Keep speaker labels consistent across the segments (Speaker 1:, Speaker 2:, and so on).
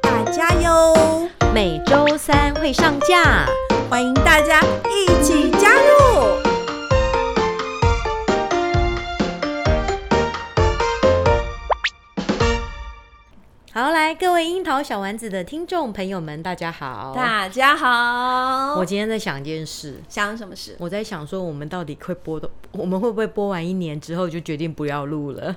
Speaker 1: 大家哟，
Speaker 2: 每周三会上架。
Speaker 1: 欢迎大家一起加入。
Speaker 2: 好，来各位樱桃小丸子的听众朋友们，大家好。
Speaker 1: 大家好，
Speaker 2: 我今天在想一件事，
Speaker 1: 想什么事？
Speaker 2: 我在想说我们到底会播的，我们会不会播完一年之后就决定不要录了？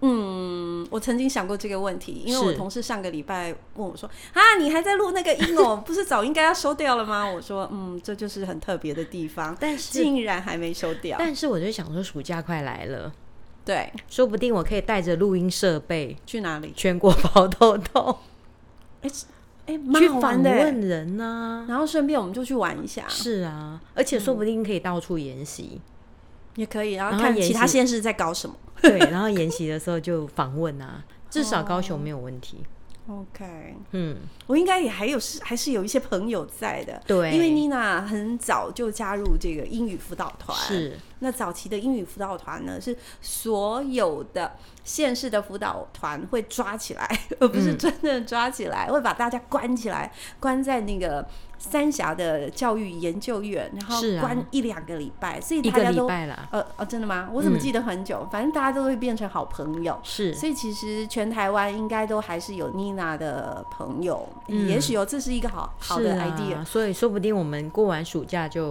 Speaker 1: 嗯，我曾经想过这个问题，因为我
Speaker 2: 是
Speaker 1: 同事上个礼拜问我说：“啊，你还在录那个音哦，不是早应该要收掉了吗？”我说：“嗯，这就是很特别的地方，
Speaker 2: 但是，
Speaker 1: 竟然还没收掉。
Speaker 2: 但是我就想说暑假快来了，”
Speaker 1: 对，
Speaker 2: 说不定我可以带着录音设备
Speaker 1: 去哪里？
Speaker 2: 全国跑透透，
Speaker 1: 哎、蛮
Speaker 2: 去
Speaker 1: 好
Speaker 2: 访
Speaker 1: 玩的欸。
Speaker 2: 问人啊呢、
Speaker 1: 然后顺便我们就去玩一下，
Speaker 2: 是啊，而且
Speaker 1: 嗯
Speaker 2: 说不定可以到处 研习，
Speaker 1: 也可以，然
Speaker 2: 然
Speaker 1: 后
Speaker 2: 后
Speaker 1: 看
Speaker 2: 研
Speaker 1: 其他
Speaker 2: 习
Speaker 1: 县市在搞什么。
Speaker 2: 对，然后研习的时候就访问啊，至少高雄没有问题。
Speaker 1: OK，
Speaker 2: 嗯，
Speaker 1: 我应该也还有是还是有一些朋友在的，
Speaker 2: 对
Speaker 1: 因为妮娜很早就加入这个英语辅导团，
Speaker 2: 是
Speaker 1: 那早期的英语辅导团呢，是所有的县市的辅导团会抓起来， 而不
Speaker 2: 嗯
Speaker 1: 是真正抓起来，会把大家关起来，关在那个三峡的教育研究院，然后
Speaker 2: 是啊
Speaker 1: 关一两个礼拜，所以
Speaker 2: 一
Speaker 1: 大
Speaker 2: 个
Speaker 1: 家
Speaker 2: 礼
Speaker 1: 都
Speaker 2: 拜啦，
Speaker 1: 呃哦，真的吗？我怎么
Speaker 2: 嗯
Speaker 1: 记得很久？反正大家都会变成好朋友。
Speaker 2: 是
Speaker 1: 所以其实全台湾应该都还是有妮娜的朋友，
Speaker 2: 嗯
Speaker 1: 也许哦，这是一个好好的
Speaker 2: 是啊
Speaker 1: idea。嗯
Speaker 2: 所以说不定我们过完暑假就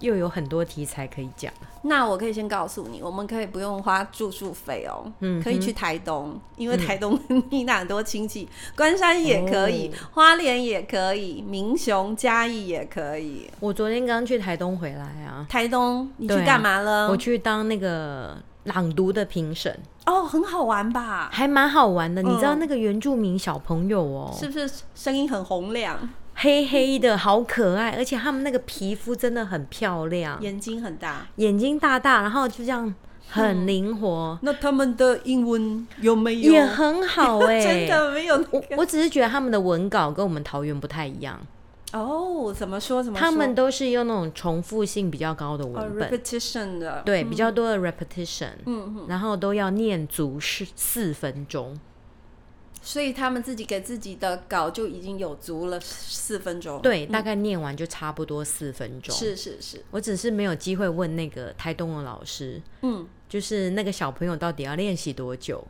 Speaker 2: 又有很多题材可以讲。
Speaker 1: 那我可以先告诉你，我们可以不用花住宿费哦，
Speaker 2: 嗯
Speaker 1: 可以去台东，因为台东妮娜很多亲戚，关山也可以，
Speaker 2: 哦
Speaker 1: 花莲也可以，民雄、嘉义也可以。
Speaker 2: 我昨天刚去台东回来啊，
Speaker 1: 台东，你去
Speaker 2: 对啊
Speaker 1: 干嘛了？
Speaker 2: 我去当那个朗读的评审，
Speaker 1: 哦，很好玩吧？
Speaker 2: 还蛮好玩的。
Speaker 1: 嗯
Speaker 2: 你知道那个原住民小朋友哦，啊
Speaker 1: 是不是声音很洪亮，
Speaker 2: 黑黑的，好可爱，而且他们那个皮肤真的很漂亮，
Speaker 1: 眼睛很大？
Speaker 2: 眼睛大大，然后就这样很灵活，
Speaker 1: 那他们的英文有没嗯有？
Speaker 2: 也很 好哎、
Speaker 1: 真的没有那
Speaker 2: 我
Speaker 1: 个
Speaker 2: 我只是觉得他们的文稿跟我们桃园不太一样，
Speaker 1: 哦，怎么说？怎么说
Speaker 2: 他们都是用那种重复性比较高的
Speaker 1: 呃
Speaker 2: 文本，
Speaker 1: repetition 的，
Speaker 2: 对，比较多的 repetition，、
Speaker 1: 嗯，
Speaker 2: 然后都要念足是四分钟。
Speaker 1: 所以他们自己给自己的稿就已经有足了四分钟。，
Speaker 2: 对，大概念完就差不多四分钟。，
Speaker 1: 哦嗯是是是，
Speaker 2: 我只是没有机会问那个台东的老师，
Speaker 1: 嗯，
Speaker 2: 就是那个小朋友到底要练习多久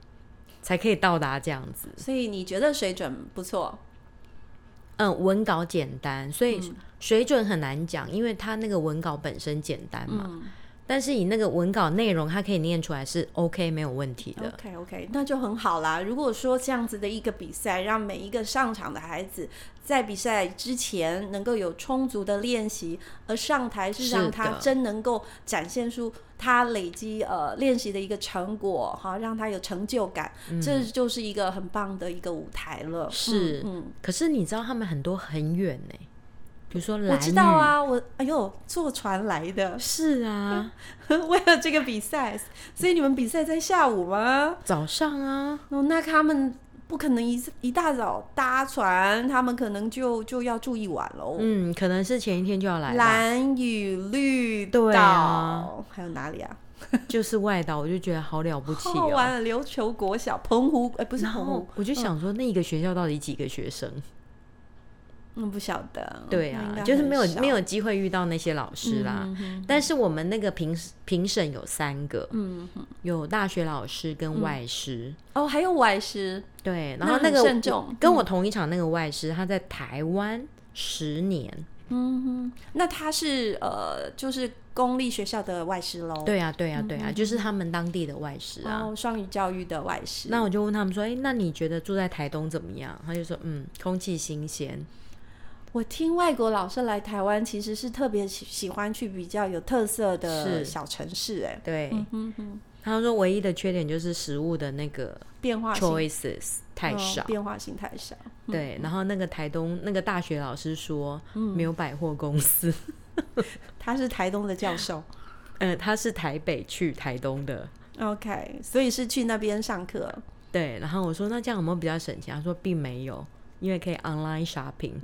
Speaker 2: 才可以到达这样子？
Speaker 1: 所以你觉得水准不错？
Speaker 2: 嗯，文稿简单，所
Speaker 1: 嗯
Speaker 2: 以水准很难讲，因为他那个文稿本身简单嘛。
Speaker 1: 嗯
Speaker 2: 但是以那个文稿内容，他可以念出来是 OK 没有问题的。
Speaker 1: OK OK，那就很好啦。如果说这样子的一个比赛，让每一个上场的孩子在比赛之前能够有充足的练习，而上台是
Speaker 2: 是
Speaker 1: 让
Speaker 2: 的
Speaker 1: 他真能够展现出他累积呃练习的一个成果，哈，让他有成就感，这就是一个很棒的一个舞台了。
Speaker 2: 是
Speaker 1: 嗯，
Speaker 2: 可是你知道他们很多很远呢、比如说
Speaker 1: 嗯
Speaker 2: 蓝
Speaker 1: 我知道啊，我哎呦，坐船来的，
Speaker 2: 是啊，
Speaker 1: 为了这个比赛，所以你们比赛在下午吗？
Speaker 2: 早上啊，
Speaker 1: 哦，那他们不可能一一大早搭船，他们可能就就要住一晚喽。
Speaker 2: 嗯，可能是前一天就要来吧，
Speaker 1: 蓝雨绿岛，
Speaker 2: 对啊
Speaker 1: 还有哪里啊？
Speaker 2: 就是外岛，我就觉得好了不起
Speaker 1: 好好
Speaker 2: 哦、
Speaker 1: 玩啊！琉球国小、澎湖，哎、不是
Speaker 2: 然
Speaker 1: 澎
Speaker 2: 后
Speaker 1: 湖，
Speaker 2: 我就想说，那一个学校到底几个学生？
Speaker 1: 嗯，不晓得。
Speaker 2: 对
Speaker 1: 那应
Speaker 2: 啊
Speaker 1: 该，
Speaker 2: 就
Speaker 1: 哦
Speaker 2: 是
Speaker 1: 很嗯
Speaker 2: 没有
Speaker 1: 少
Speaker 2: 没有机会遇到那些老师啦。但是我们那个评评审有三个，
Speaker 1: 嗯
Speaker 2: 有大学老师跟外师。
Speaker 1: 哦，还有外师，
Speaker 2: 嗯对，
Speaker 1: 那
Speaker 2: 然
Speaker 1: 很
Speaker 2: 后那个嗯
Speaker 1: 慎重
Speaker 2: 跟我同一场那个外师，他在台湾十年。
Speaker 1: 嗯那他是呃，就是公立学校的外师喽。
Speaker 2: 对啊，对啊，对啊，就是他们当地的外师啊。
Speaker 1: 哦，双语教育的外师。
Speaker 2: 那我就问他们说：“哎、那你觉得住在台东怎么样？”他就说：“嗯，空气新鲜。
Speaker 1: 我听外国老师来台湾，其实是特别喜喜欢去比较有特色的
Speaker 2: 是
Speaker 1: 小城市、哎，
Speaker 2: 对”
Speaker 1: 嗯哼，
Speaker 2: 他说唯一的缺点就是食物的那个
Speaker 1: 变化性
Speaker 2: choices 太
Speaker 1: 嗯
Speaker 2: 少。
Speaker 1: 变化性啊太少。
Speaker 2: 对，然后那个台东那个大学老师说，没有百货公司，
Speaker 1: 他是台东的教授
Speaker 2: 呃，他是台北去台东的，
Speaker 1: ，OK，所以是去那边上课。
Speaker 2: 对。然后我说那这样有没有比较省钱？他说并没有，因为可以 online shopping。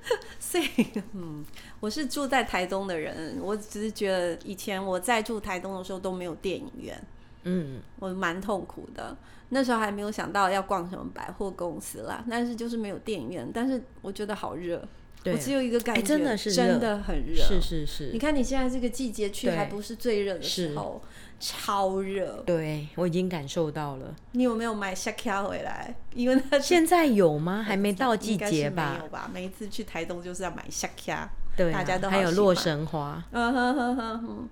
Speaker 1: 所以，嗯，我是住在台东的人，我只是觉得以前我在住台东的时候都没有电影院，
Speaker 2: 嗯，
Speaker 1: 我蛮痛苦的。那时候还没有想到要逛什么百货公司啦，但是就是没有电影院，但是我觉得好热，
Speaker 2: 对
Speaker 1: 我，只有一个感觉，
Speaker 2: 哎真的是热
Speaker 1: 真的很热。
Speaker 2: 是是
Speaker 1: 你
Speaker 2: 是，
Speaker 1: 看你现在这个季节去，
Speaker 2: 对
Speaker 1: 还不是最热的时
Speaker 2: 是
Speaker 1: 候，超热。
Speaker 2: 对我已经感受到了。
Speaker 1: 你有没有买虾条回来？因为那
Speaker 2: 现在有吗？还没到季
Speaker 1: 应该
Speaker 2: 节
Speaker 1: 是没
Speaker 2: 吧？
Speaker 1: 有吧？每一次去台东就是要买虾条。
Speaker 2: 对、啊，
Speaker 1: 大家都好
Speaker 2: 还有
Speaker 1: 喜
Speaker 2: 洛
Speaker 1: 欢
Speaker 2: 神花
Speaker 1: 嗯哼哼哼哼。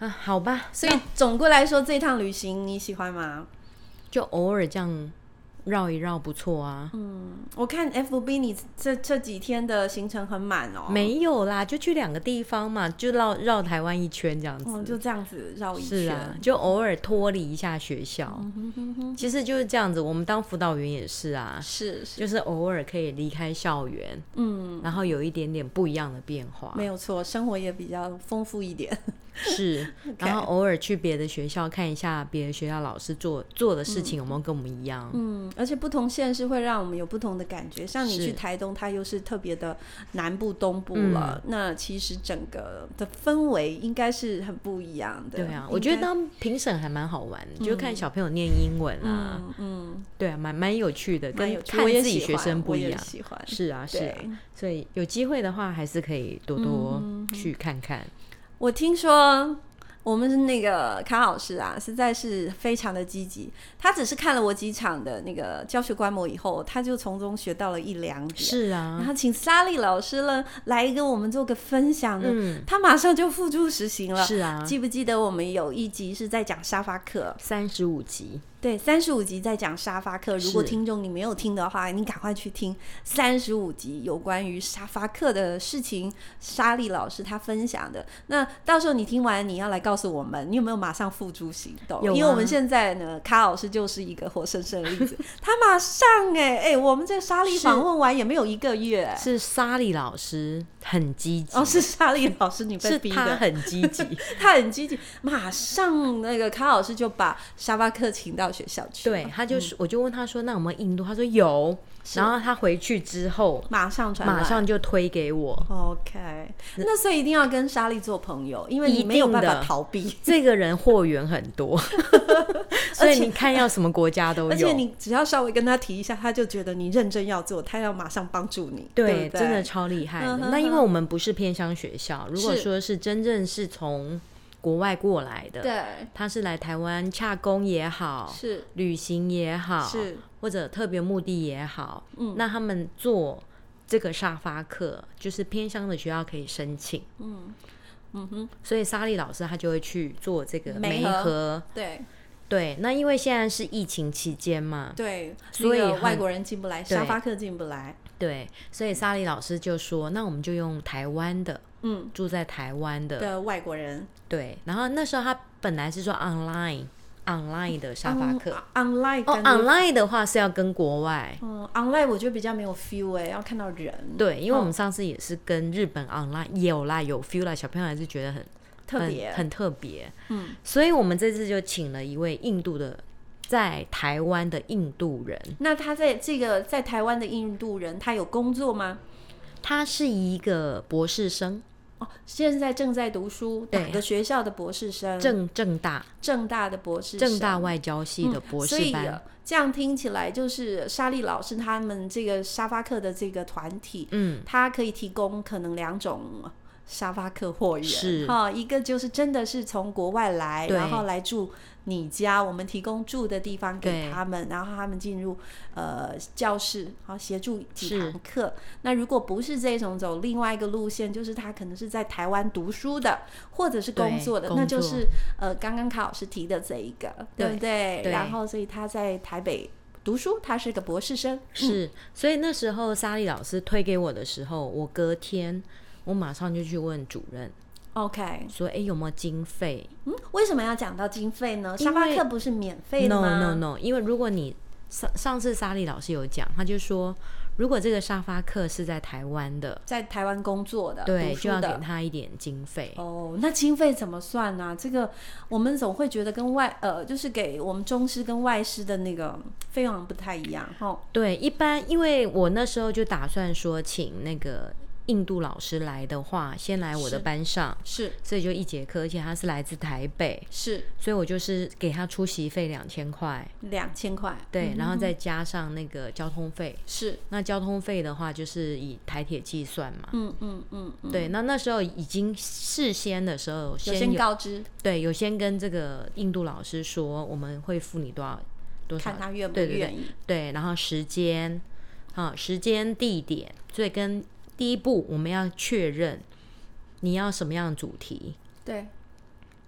Speaker 2: 啊，好吧，
Speaker 1: 所以总归来说，这趟旅行你喜欢吗？
Speaker 2: 就偶尔这样绕一绕不错啊。
Speaker 1: 我看 FB 你这这几天的行程很满哦，
Speaker 2: 没有啦，就去两个地方嘛，就绕绕台湾一圈这样子。
Speaker 1: 哦，就这样子绕一
Speaker 2: 是
Speaker 1: 圈。嗯
Speaker 2: 啊，就偶尔脱离一下学校，其实就是这样子。我们当辅导员也是啊，
Speaker 1: 是是，
Speaker 2: 就是偶尔可以离开校园，
Speaker 1: 嗯，
Speaker 2: 然后有一点点不一样的变化。
Speaker 1: 没有错，生活也比较丰富一点。
Speaker 2: 是， 然后偶尔去别的学校看一下别的学校老师做做的事情有没有跟我们一样。
Speaker 1: 嗯，而且不同县市会让我们有不同的感觉。像你
Speaker 2: 是
Speaker 1: 去台东，它又是特别的南部、东部了。
Speaker 2: 嗯
Speaker 1: 那其实整个的氛围应该是很不一样的。
Speaker 2: 对啊，我觉得
Speaker 1: 应该
Speaker 2: 当评审还蛮好玩，就看小朋友念英文啊，
Speaker 1: 嗯嗯，
Speaker 2: 对啊，蛮蛮有趣的，
Speaker 1: 蛮
Speaker 2: 跟
Speaker 1: 有趣
Speaker 2: 看
Speaker 1: 我也
Speaker 2: 自己
Speaker 1: 喜
Speaker 2: 学
Speaker 1: 欢
Speaker 2: 生不
Speaker 1: 我
Speaker 2: 一
Speaker 1: 也
Speaker 2: 样。
Speaker 1: 喜欢。
Speaker 2: 是 啊，是啊
Speaker 1: 对，
Speaker 2: 所以有机会的话，还是可以多多
Speaker 1: 嗯
Speaker 2: 去看看。
Speaker 1: 我听说我们是那个卡老师啊，实在是非常的积极。他只是看了我几场的那个教学观摩以后，他就从中学到了一两点。
Speaker 2: 是
Speaker 1: 然
Speaker 2: 啊，
Speaker 1: 后请莎莉老师呢来跟我们做个分享呢，
Speaker 2: 嗯，
Speaker 1: 他马上就付诸实行了。
Speaker 2: 是啊，
Speaker 1: 记不记得我们有一集是在讲沙发课？
Speaker 2: 三十五集，
Speaker 1: 对，三十五集在讲沙发课。如果
Speaker 2: 是
Speaker 1: 听众你没有听的话，你赶快去听三十五集有关于沙发课的事情，莎莉老师她分享的。那到时候你听完，你要来告诉我们，你有没有马上付诸行动？
Speaker 2: 有啊
Speaker 1: 因为我们现在呢，卡老师就是一个活生生的例子，他马上哎、哎、我们这莎莉
Speaker 2: 是
Speaker 1: 访问完也没有一个月，
Speaker 2: 是莎莉老师很积极，
Speaker 1: 哦，是莎莉老师你被
Speaker 2: 是
Speaker 1: 逼
Speaker 2: 她
Speaker 1: 的，
Speaker 2: 很积 极，
Speaker 1: 他很积极，马上那个卡老师就把沙发课请到学校去，
Speaker 2: 对，，她就是，我就问她说，那有没有印度？她说有，然后她回去之后，
Speaker 1: 马上传来，
Speaker 2: 马上就推给我。
Speaker 1: OK，那所以一定要跟莎莉做朋友，因为
Speaker 2: 一
Speaker 1: 你没有
Speaker 2: 定
Speaker 1: 办法
Speaker 2: 的
Speaker 1: 逃避，
Speaker 2: 这个人货源很 多，所以你看要什么国家都有。
Speaker 1: 而且你只要稍微跟他提一下，他就觉得你认真要做，他要马上帮助你，对
Speaker 2: 对，
Speaker 1: 不对
Speaker 2: 真的超厉害的。
Speaker 1: 嗯哼
Speaker 2: 那因为我们不是偏乡学校，如果
Speaker 1: 是
Speaker 2: 说是真正是从国外过来的，
Speaker 1: 对，
Speaker 2: 他是来台湾洽工也好，
Speaker 1: 是
Speaker 2: 旅行也好，
Speaker 1: 是
Speaker 2: 或者特别目的也好，那他们做这个沙发课，就是偏乡的学校可以申请。嗯嗯哼，所以莎莉老师她就会去做这个
Speaker 1: 媒
Speaker 2: 媒
Speaker 1: 合
Speaker 2: 合。
Speaker 1: 对
Speaker 2: 对，那因为现在是疫情期间嘛，
Speaker 1: 对，
Speaker 2: 所以
Speaker 1: 那个
Speaker 2: 很
Speaker 1: 外国人进不来，
Speaker 2: 对
Speaker 1: 沙发客进不来，
Speaker 2: 对，所以莎莉老师就说，那我们就用台湾的。
Speaker 1: 嗯
Speaker 2: 住在台湾的，
Speaker 1: 的外国人
Speaker 2: 对。然后那时候他本来是说 online online 的沙发课，
Speaker 1: On- online
Speaker 2: 哦
Speaker 1: 嗯啊跟
Speaker 2: online 的话是要跟国外，
Speaker 1: 嗯 online 我觉得比较没有 feel 哎，要看到人，
Speaker 2: 对，因为
Speaker 1: 哦
Speaker 2: 我们上次也是跟日本 online 有啦有 feel 啦，小朋友还是觉得很
Speaker 1: 特别
Speaker 2: 很很特别，
Speaker 1: 嗯，
Speaker 2: 所以我们这次就请了一位印度的在台湾的印度人，
Speaker 1: 那他在这个在台湾的印度人，他有工作吗？
Speaker 2: 他是一个博士生，
Speaker 1: 哦，现在正在读书，哪
Speaker 2: 对
Speaker 1: 个学校的博士生？
Speaker 2: 正正大
Speaker 1: 正大的博士生，
Speaker 2: 正大外交系的博
Speaker 1: 所
Speaker 2: 士
Speaker 1: 以
Speaker 2: 班，
Speaker 1: 呃这样听起来，就是莎莉老师他们这个沙发客的这个团体，
Speaker 2: 嗯，
Speaker 1: 它可以提供可能两种沙发客货源，
Speaker 2: 是
Speaker 1: 哈、一个就是真的是从国外来，
Speaker 2: 对
Speaker 1: 然后来住你家，我们提供住的地方给
Speaker 2: 对
Speaker 1: 他们，然后他们进入呃教室，好协助几
Speaker 2: 是
Speaker 1: 堂课。那如果不是这种走另外一个路线，就是他可能是在台湾读书的，或者是工
Speaker 2: 对
Speaker 1: 作的，
Speaker 2: 工
Speaker 1: 那就
Speaker 2: 作
Speaker 1: 是呃刚刚卡老师提的这一个，对不对？
Speaker 2: 对
Speaker 1: 然后所以他在台北读书，他是个博士生，
Speaker 2: 是，所以那时候莎莉老师推给我的时候，我隔天我马上就去问主任，
Speaker 1: OK，
Speaker 2: 说哎有没有经费
Speaker 1: 嗯，为什么要讲到经费呢？
Speaker 2: 因
Speaker 1: 沙发
Speaker 2: 为
Speaker 1: 课不是免费的
Speaker 2: ？No
Speaker 1: 吗
Speaker 2: No No，因为如果你上上次莎莉老师有讲，他就说如果这个沙发课是在台湾的，
Speaker 1: 在台湾工作的，呃
Speaker 2: 对，
Speaker 1: 读
Speaker 2: 就
Speaker 1: 书
Speaker 2: 要给
Speaker 1: 的。
Speaker 2: 他一点经费。
Speaker 1: 哦，那经费怎么算呢、这个我们总会觉得跟外呃，就是给我们中师跟外师的那个费用好像不太一样哈。
Speaker 2: 对，一般因为我那时候就打算说请那个印度老师来的话，先来我
Speaker 1: 是
Speaker 2: 的班上，
Speaker 1: 是
Speaker 2: 所以就一节课，而且他是来自台北，
Speaker 1: 是，
Speaker 2: 所以我就是给他出席费两千块，
Speaker 1: 两千块，
Speaker 2: 对，然后
Speaker 1: 嗯
Speaker 2: 再加上那个交通费。
Speaker 1: 是，
Speaker 2: 那交通费的话，就是以台铁计算嘛。
Speaker 1: 嗯嗯嗯嗯，
Speaker 2: 对，那那时候已经事先的时候
Speaker 1: 有
Speaker 2: 先有，
Speaker 1: 先告知，
Speaker 2: 对，有先跟这个印度老师说，我们会付你多少多少
Speaker 1: 看他愿不
Speaker 2: 对对对
Speaker 1: 愿意。
Speaker 2: 对，然后时间啊，时间、地点，所以跟第一步我们要确认你要什么样的主题，
Speaker 1: 对，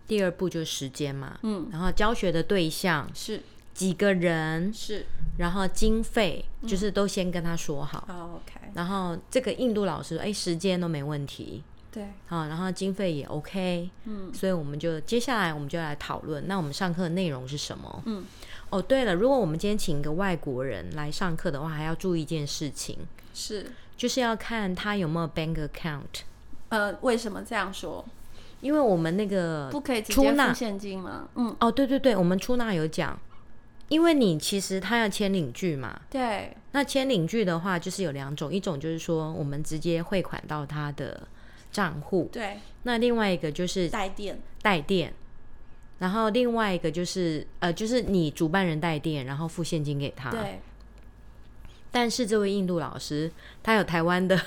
Speaker 2: 第二步就是时间嘛，
Speaker 1: 嗯，
Speaker 2: 然后教学的对象
Speaker 1: 是
Speaker 2: 几个人，
Speaker 1: 是
Speaker 2: 然后经费，
Speaker 1: 嗯
Speaker 2: 就是都先跟他说好。
Speaker 1: 哦，OK，
Speaker 2: 然后这个印度老师说，哎，时间都没问题，
Speaker 1: 对，
Speaker 2: 好，啊然后经费也 OK，嗯，所以我们就接下来我们就来讨论，那我们上课的内容是什么？嗯，哦，对了，如果我们今天请一个外国人来上课的话，还要注意一件事情，
Speaker 1: 是。
Speaker 2: 就是要看他有没有 bank account，
Speaker 1: 呃，为什么这样说？
Speaker 2: 因为我们那个
Speaker 1: 不可以直
Speaker 2: 呃出
Speaker 1: 接
Speaker 2: 纳
Speaker 1: 付现金吗？嗯，
Speaker 2: 哦，对对对，我们出纳有讲，因为你其实他要签领据嘛，
Speaker 1: 嗯对，
Speaker 2: 那签领据的话就是有两种，一种就是说我们直接汇款到他的账户，
Speaker 1: 对，
Speaker 2: 那另外一个就是
Speaker 1: 带电，
Speaker 2: 带电，然后另外一个就是呃，就是你主办人带电，然后付现金给他。
Speaker 1: 对，
Speaker 2: 但是这位印度老师他有台湾的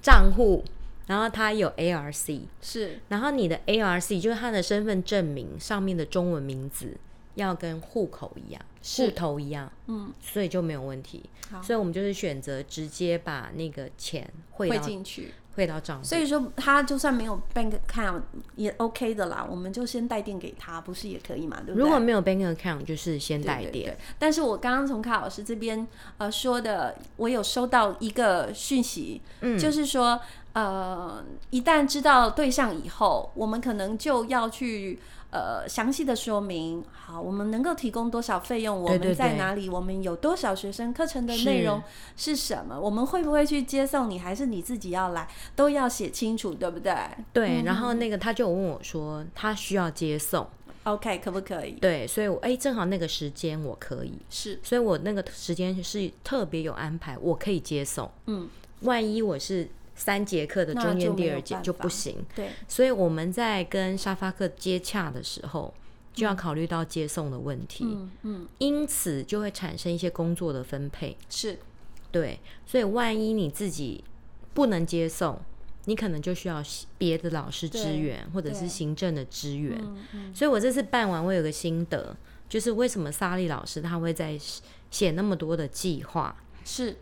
Speaker 2: 账户，然后他有 ARC，
Speaker 1: 是
Speaker 2: 然后你的 ARC 就是他的身份证明上面的中文名字要跟户口一样，户
Speaker 1: 是
Speaker 2: 头一样，
Speaker 1: 嗯，
Speaker 2: 所以就没有问题。
Speaker 1: 好
Speaker 2: 所以我们就是选择直接把那个钱汇
Speaker 1: 会
Speaker 2: 到嗯
Speaker 1: 进去。
Speaker 2: 汇到账户。
Speaker 1: 所以说，他就算没有 bank account 也 OK 的啦，我们就先带电给他，不是也可以嘛？对不对？
Speaker 2: 如果没有 bank account，就是先
Speaker 1: 对
Speaker 2: 带
Speaker 1: 对
Speaker 2: 电
Speaker 1: 对。但是我刚刚从卡老师这边呃说的，我有收到一个讯息，嗯，就是说呃，一旦知道对象以后，我们可能就要去。呃，详细的说明，好，我们能够提供多少费用？我
Speaker 2: 对对
Speaker 1: 们在
Speaker 2: 对
Speaker 1: 哪里？我们有多少学生？课程的
Speaker 2: 是
Speaker 1: 内容是什么？我们会不会去接送你？还是你自己要来？都要写清楚，对不对嗯
Speaker 2: 对，然后那个他就有问我说，他需要接送，
Speaker 1: ？OK，可不可以？
Speaker 2: 对，所以我哎、正好那个时间我可以，
Speaker 1: 是
Speaker 2: 所以我那个时间是特别有安排，我可以接送。
Speaker 1: 嗯，
Speaker 2: 万一我是三节课的
Speaker 1: 那就
Speaker 2: 中间
Speaker 1: 没
Speaker 2: 第
Speaker 1: 有
Speaker 2: 二节
Speaker 1: 办
Speaker 2: 就
Speaker 1: 法
Speaker 2: 不行，
Speaker 1: 对，
Speaker 2: 所以我们在跟沙发课接洽的时候。就要考虑到接送的问题，
Speaker 1: 嗯嗯，
Speaker 2: 因此就会产生一些工作的分配。
Speaker 1: 是
Speaker 2: 对，所以万一你自己不能接送，你可能就需要别的老师支
Speaker 1: 对
Speaker 2: 援，或者是
Speaker 1: 对
Speaker 2: 行政的支援。
Speaker 1: 嗯嗯，
Speaker 2: 所以我这次办完，我有个心得，就是为什么莎莉老师她会在写那么多的计划？
Speaker 1: 是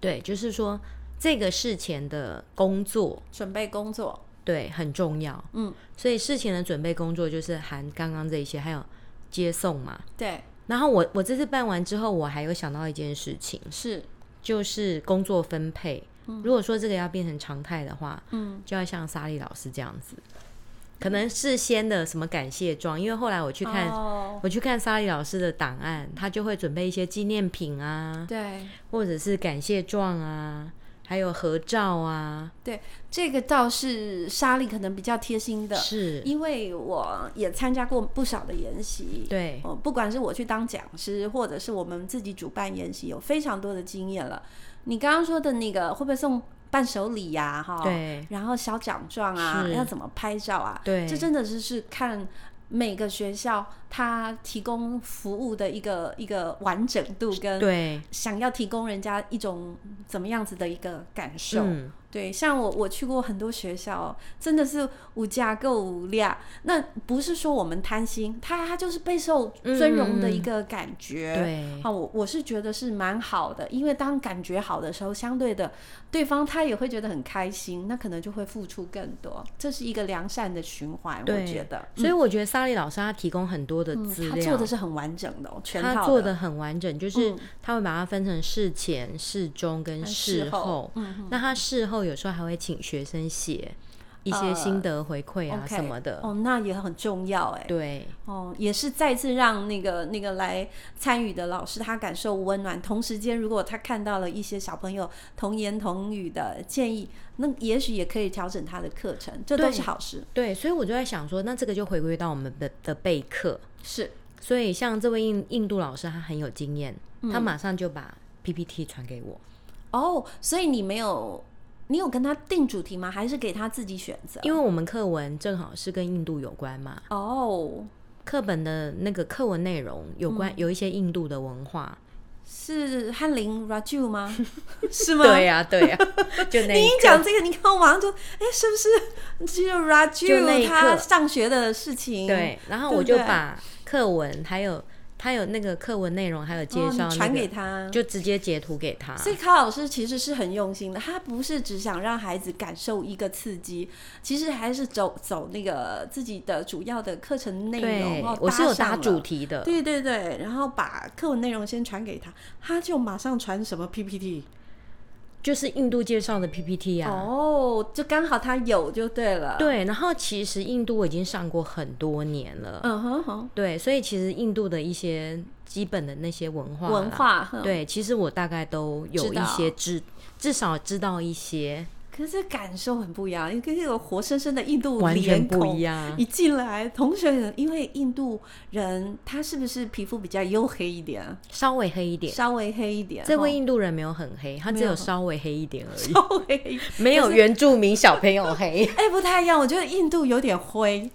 Speaker 2: 对，就是说这个事前的工作，
Speaker 1: 准备工作，
Speaker 2: 对，很重要。
Speaker 1: 嗯，
Speaker 2: 所以事前的准备工作就是含刚刚这一些，还有接送嘛。
Speaker 1: 对，
Speaker 2: 然后我我这次办完之后，我还有想到一件事情，
Speaker 1: 是
Speaker 2: 就是工作分配。如果说这个要变成常态的话，
Speaker 1: 嗯，
Speaker 2: 就要像莎莉老师这样子，可能事先的什么感谢状，因为后来我去看
Speaker 1: 哦、
Speaker 2: 我去看莎莉老师的档案，他就会准备一些纪念品啊，
Speaker 1: 对
Speaker 2: 或者是感谢状啊，还有合照啊，
Speaker 1: 对，这个倒是莎莉可能比较贴心的，
Speaker 2: 是，
Speaker 1: 因为我也参加过不少的研习，
Speaker 2: 对，
Speaker 1: 哦，不管是我去当讲师，或者是我们自己主办研习，有非常多的经验了。你刚刚说的那个会不会送伴手礼呀、哈，
Speaker 2: 对，
Speaker 1: 然后小奖状啊，
Speaker 2: 是
Speaker 1: 要怎么拍照啊？
Speaker 2: 对
Speaker 1: 这真的是是看每个学校它提供服务的一个一个完整度跟
Speaker 2: 对，
Speaker 1: 想要提供人家一种怎么样子的一个感受。
Speaker 2: 嗯，
Speaker 1: 对，像我我去过很多学校，真的是无价够无量。那不是说我们贪心，他他就是备受尊荣的一个感觉。
Speaker 2: 嗯对，
Speaker 1: 啊，我我是觉得是蛮好的，因为当感觉好的时候，相对的，对方他也会觉得很开心，那可能就会付出更多，这是一个良善的循环，我
Speaker 2: 对
Speaker 1: 觉得。
Speaker 2: 所以我觉得莎莉老师她提供很多的
Speaker 1: 嗯，
Speaker 2: 资
Speaker 1: 他
Speaker 2: 料，
Speaker 1: 做的是很完整的、哦，全套
Speaker 2: 她做
Speaker 1: 的
Speaker 2: 的很完整，就是
Speaker 1: 嗯
Speaker 2: 她会把它分成事前、事中跟
Speaker 1: 跟
Speaker 2: 事
Speaker 1: 事后
Speaker 2: 后。
Speaker 1: 嗯
Speaker 2: 那她事后有时候还会请学生写一些心得回馈啊
Speaker 1: 呃 OK
Speaker 2: 什么的。
Speaker 1: 哦，那也很重要哎。
Speaker 2: 对，
Speaker 1: 哦，也是再次让那个那个来参与的老师他感受温暖，同时间如果他看到了一些小朋友童言童语的建议，那也许也可以调整他的课程，这都
Speaker 2: 对
Speaker 1: 是好事。
Speaker 2: 对，所以我就在想说，那这个就回归到我们的的备课。
Speaker 1: 是，
Speaker 2: 所以像这位印印度老师，他很有经验，
Speaker 1: 嗯
Speaker 2: 他马上就把 PPT 传给我。
Speaker 1: 哦，所以你没有，你有跟他定主题吗？还是给他自己选择？
Speaker 2: 因为我们课文正好是跟印度有关嘛，
Speaker 1: 哦，
Speaker 2: 课本的那个课文内容有
Speaker 1: 嗯
Speaker 2: 关、有一些印度的文化。
Speaker 1: 是翰林 Raju 吗？是吗？
Speaker 2: 对呀、对呀、就那
Speaker 1: 你
Speaker 2: 一
Speaker 1: 一
Speaker 2: 刻
Speaker 1: 讲这个，你看我马上就，哎，是不是只有
Speaker 2: 就那一
Speaker 1: Raju
Speaker 2: 刻
Speaker 1: 他上学的事情？
Speaker 2: 对，然后
Speaker 1: 对
Speaker 2: 我
Speaker 1: 不
Speaker 2: 就
Speaker 1: 对
Speaker 2: 把课文还有他有那个课文内容还有介
Speaker 1: 哦，
Speaker 2: 绍、那
Speaker 1: 你
Speaker 2: 个
Speaker 1: 传给他。
Speaker 2: 就直接截图给他。
Speaker 1: 所以卡老师其实是很用心的，他不是只想让孩子感受一个刺激，其实还是走走那个自己的主要的课程内容。
Speaker 2: 对
Speaker 1: 哦，
Speaker 2: 我是有
Speaker 1: 上
Speaker 2: 搭
Speaker 1: 了
Speaker 2: 主题的，
Speaker 1: 对对对，然后把课文内容先传给他，他就马上传什么 PPT、
Speaker 2: 就是印度介绍的 PPT 啊。
Speaker 1: 哦，就刚好他有就对了。，
Speaker 2: 对，然后其实印度我已经上过很多年了，
Speaker 1: 嗯哼哼，
Speaker 2: 对，所以其实印度的一些基本的那些文化啦，
Speaker 1: 文化。哼，
Speaker 2: 对，其实我大概都有
Speaker 1: 知道
Speaker 2: 一些知，至少知道一些，
Speaker 1: 可是感受很不一样，因为这个活生生的印度
Speaker 2: 完全
Speaker 1: 脸
Speaker 2: 不一
Speaker 1: 孔。
Speaker 2: 样。
Speaker 1: 一进来，同学，因为印度人他是不是皮肤比较黝黑一点啊？
Speaker 2: 稍微黑一点，
Speaker 1: 稍微黑一点。
Speaker 2: 这位
Speaker 1: 吼
Speaker 2: 印度人没有很黑，他只
Speaker 1: 没有
Speaker 2: 有稍微黑一点而已，
Speaker 1: 稍微黑，。
Speaker 2: 没有原住民小朋友黑
Speaker 1: 哎、不太一样。我觉得印度有点灰，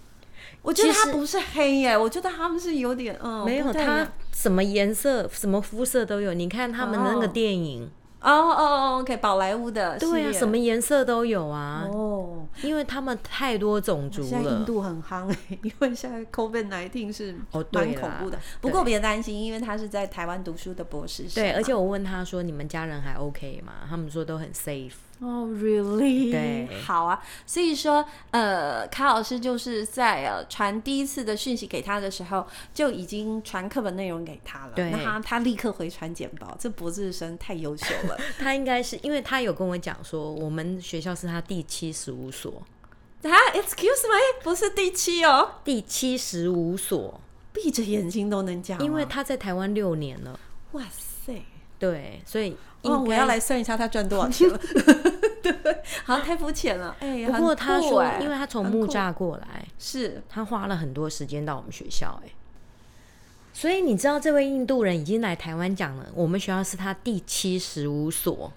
Speaker 1: 我觉得
Speaker 2: 其
Speaker 1: 他
Speaker 2: 实
Speaker 1: 不是黑耶，我觉得他们是有点嗯，
Speaker 2: 没有，
Speaker 1: 不太一样
Speaker 2: 他什么颜色、什么肤色都有。你看他们那个
Speaker 1: 哦
Speaker 2: 电影，
Speaker 1: 哦哦哦，OK，宝莱坞的系
Speaker 2: 对啊，
Speaker 1: 列
Speaker 2: 什么颜色都有啊，
Speaker 1: 哦。
Speaker 2: 因为他们太多种族
Speaker 1: 现在印
Speaker 2: 了。
Speaker 1: 度很夯、欸， 因为现在 COVID 1 9是
Speaker 2: 哦对
Speaker 1: 蛮
Speaker 2: 啦
Speaker 1: 恐怖的。不过别担心，因为他是在台湾读书的博士生嘛。
Speaker 2: 对，而且我问他说：“你们家人还 OK 吗？”他们说都很 safe。
Speaker 1: 哦、r e a l l y
Speaker 2: 对
Speaker 1: 好啊。所以说，呃，卡老师就是在呃传第一次的讯息给他的时候，就已经传课本内容给他了。
Speaker 2: 对
Speaker 1: 那他他立刻回传简报，这博士生太优秀 了。
Speaker 2: 他应该是因为他有跟我讲说，我们学校是他第七十五所，
Speaker 1: 啊，Excuse me，不是第七哦，
Speaker 2: 第七十五所，
Speaker 1: 闭着眼睛都能讲啊、
Speaker 2: 因为他在台湾六年了，
Speaker 1: 哇塞。
Speaker 2: 对，所以
Speaker 1: 哦，
Speaker 2: 应
Speaker 1: 我
Speaker 2: 该、
Speaker 1: 要来算一下他赚多少 钱了。 对，好像太肤浅了。哎、
Speaker 2: 不过他
Speaker 1: 很酷
Speaker 2: 说，
Speaker 1: 哎
Speaker 2: 因为他从
Speaker 1: 很酷
Speaker 2: 木栅过来，
Speaker 1: 是
Speaker 2: 他花了很多时间到我们学校、哎，所以你知道这位印度人已经来台湾讲了，我们学校是他第七十五所，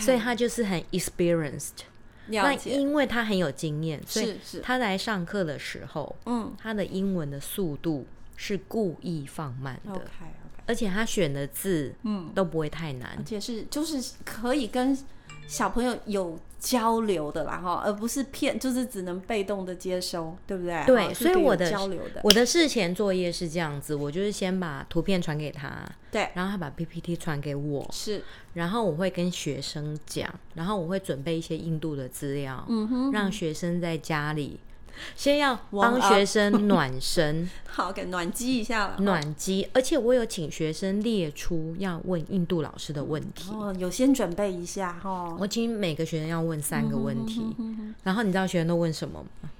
Speaker 2: 所以他就是很 experienced。那
Speaker 1: 嗯了解，
Speaker 2: 因为他很有经验，所以
Speaker 1: 是是，
Speaker 2: 他来上课的时候，
Speaker 1: 嗯
Speaker 2: 他的英文的速度是故意放慢的，
Speaker 1: ，OK OK，
Speaker 2: 而且他选的字
Speaker 1: 嗯，
Speaker 2: 都不会太难
Speaker 1: 而。且是就是可以跟小朋友有交流的啦哈，而不是骗，就是只能被动的接收，对不对？
Speaker 2: 对
Speaker 1: 哈是
Speaker 2: 所以
Speaker 1: 可有
Speaker 2: 我的
Speaker 1: 交流的，
Speaker 2: 我的事前作业是这样子，我就是先把图片传给他，
Speaker 1: 对，
Speaker 2: 然后他把 PPT 传给我，
Speaker 1: 是，
Speaker 2: 然后我会跟学生讲，然后我会准备一些印度的资料，
Speaker 1: 嗯哼，
Speaker 2: 让学生在家里先要
Speaker 1: Warm
Speaker 2: 帮
Speaker 1: up
Speaker 2: 学生暖 身、
Speaker 1: 好，给暖机一下了。
Speaker 2: 暖机，而且我有请学生列出要问印度老师的问题。
Speaker 1: 哦，有先准备一下哈。
Speaker 2: 我请每个学生要问三个问题，
Speaker 1: 嗯哼
Speaker 2: 然后你知道学生都问什么吗？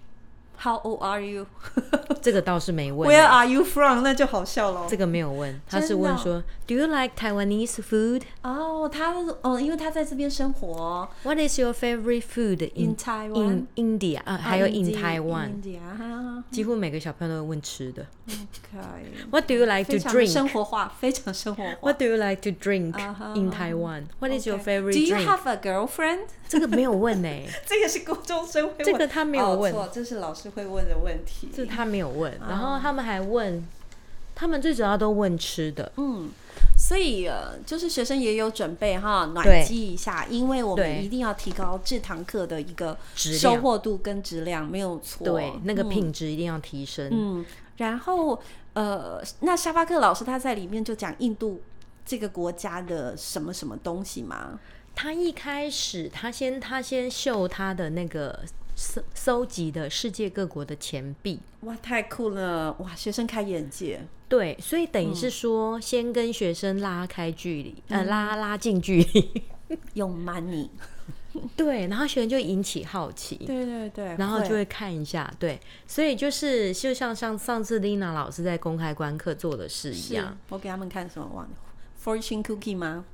Speaker 1: How old are you?
Speaker 2: 这个倒是没问
Speaker 1: Where are you from? 那就好笑喽。
Speaker 2: 这个没有问，他是
Speaker 1: 真的
Speaker 2: 问
Speaker 1: 哦
Speaker 2: 说，Do you like Taiwanese food?
Speaker 1: 哦，他哦，因为他在这边生活
Speaker 2: What is your favorite food
Speaker 1: ，in
Speaker 2: in
Speaker 1: Taiwan，
Speaker 2: in India？啊，还有 in Taiwan，
Speaker 1: Taiwan，
Speaker 2: 几乎每个小朋友都会问吃的。
Speaker 1: 啊 OK，
Speaker 2: What do you like
Speaker 1: 非
Speaker 2: to
Speaker 1: 常
Speaker 2: drink?
Speaker 1: 生活化，非常生活化。
Speaker 2: What do you like to drink
Speaker 1: 啊哈
Speaker 2: in Taiwan? What is your
Speaker 1: OK
Speaker 2: favorite
Speaker 1: Do you
Speaker 2: drink?
Speaker 1: have a girlfriend？
Speaker 2: 这个没有问呢，
Speaker 1: 这个是高中生会问，
Speaker 2: 这个他没有问
Speaker 1: 哦错，啊这是老师会问的问题。
Speaker 2: 这他没有问。然后他们还问，他们最主要都问吃的。
Speaker 1: 嗯，所以呃，就是学生也有准备哈，暖
Speaker 2: 对
Speaker 1: 机一下，因为我们
Speaker 2: 对
Speaker 1: 一定要提高这堂课的一个
Speaker 2: 质量
Speaker 1: 收获度跟质量，没有错。
Speaker 2: 对，那个
Speaker 1: 嗯
Speaker 2: 品质一定要提升。
Speaker 1: 嗯，然后呃，那沙巴克老师他在里面就讲印度这个国家的什么什么东西嘛？
Speaker 2: 他一开始，他先他先秀他的那个搜搜集的世界各国的钱币，
Speaker 1: 哇，太酷了！哇，学生开眼界，
Speaker 2: 对，所以等于
Speaker 1: 嗯
Speaker 2: 是说，先跟学生拉开距离，呃，拉拉近距离，
Speaker 1: 用 money
Speaker 2: 对，然后学员就引起好奇，
Speaker 1: 对对对，
Speaker 2: 然后就
Speaker 1: 会
Speaker 2: 会看一下，对，所以就是就像上上次 Lina 老师在公开观课做的事一
Speaker 1: 是
Speaker 2: 样，
Speaker 1: 我给他们看什么忘了，fortune cookie 吗？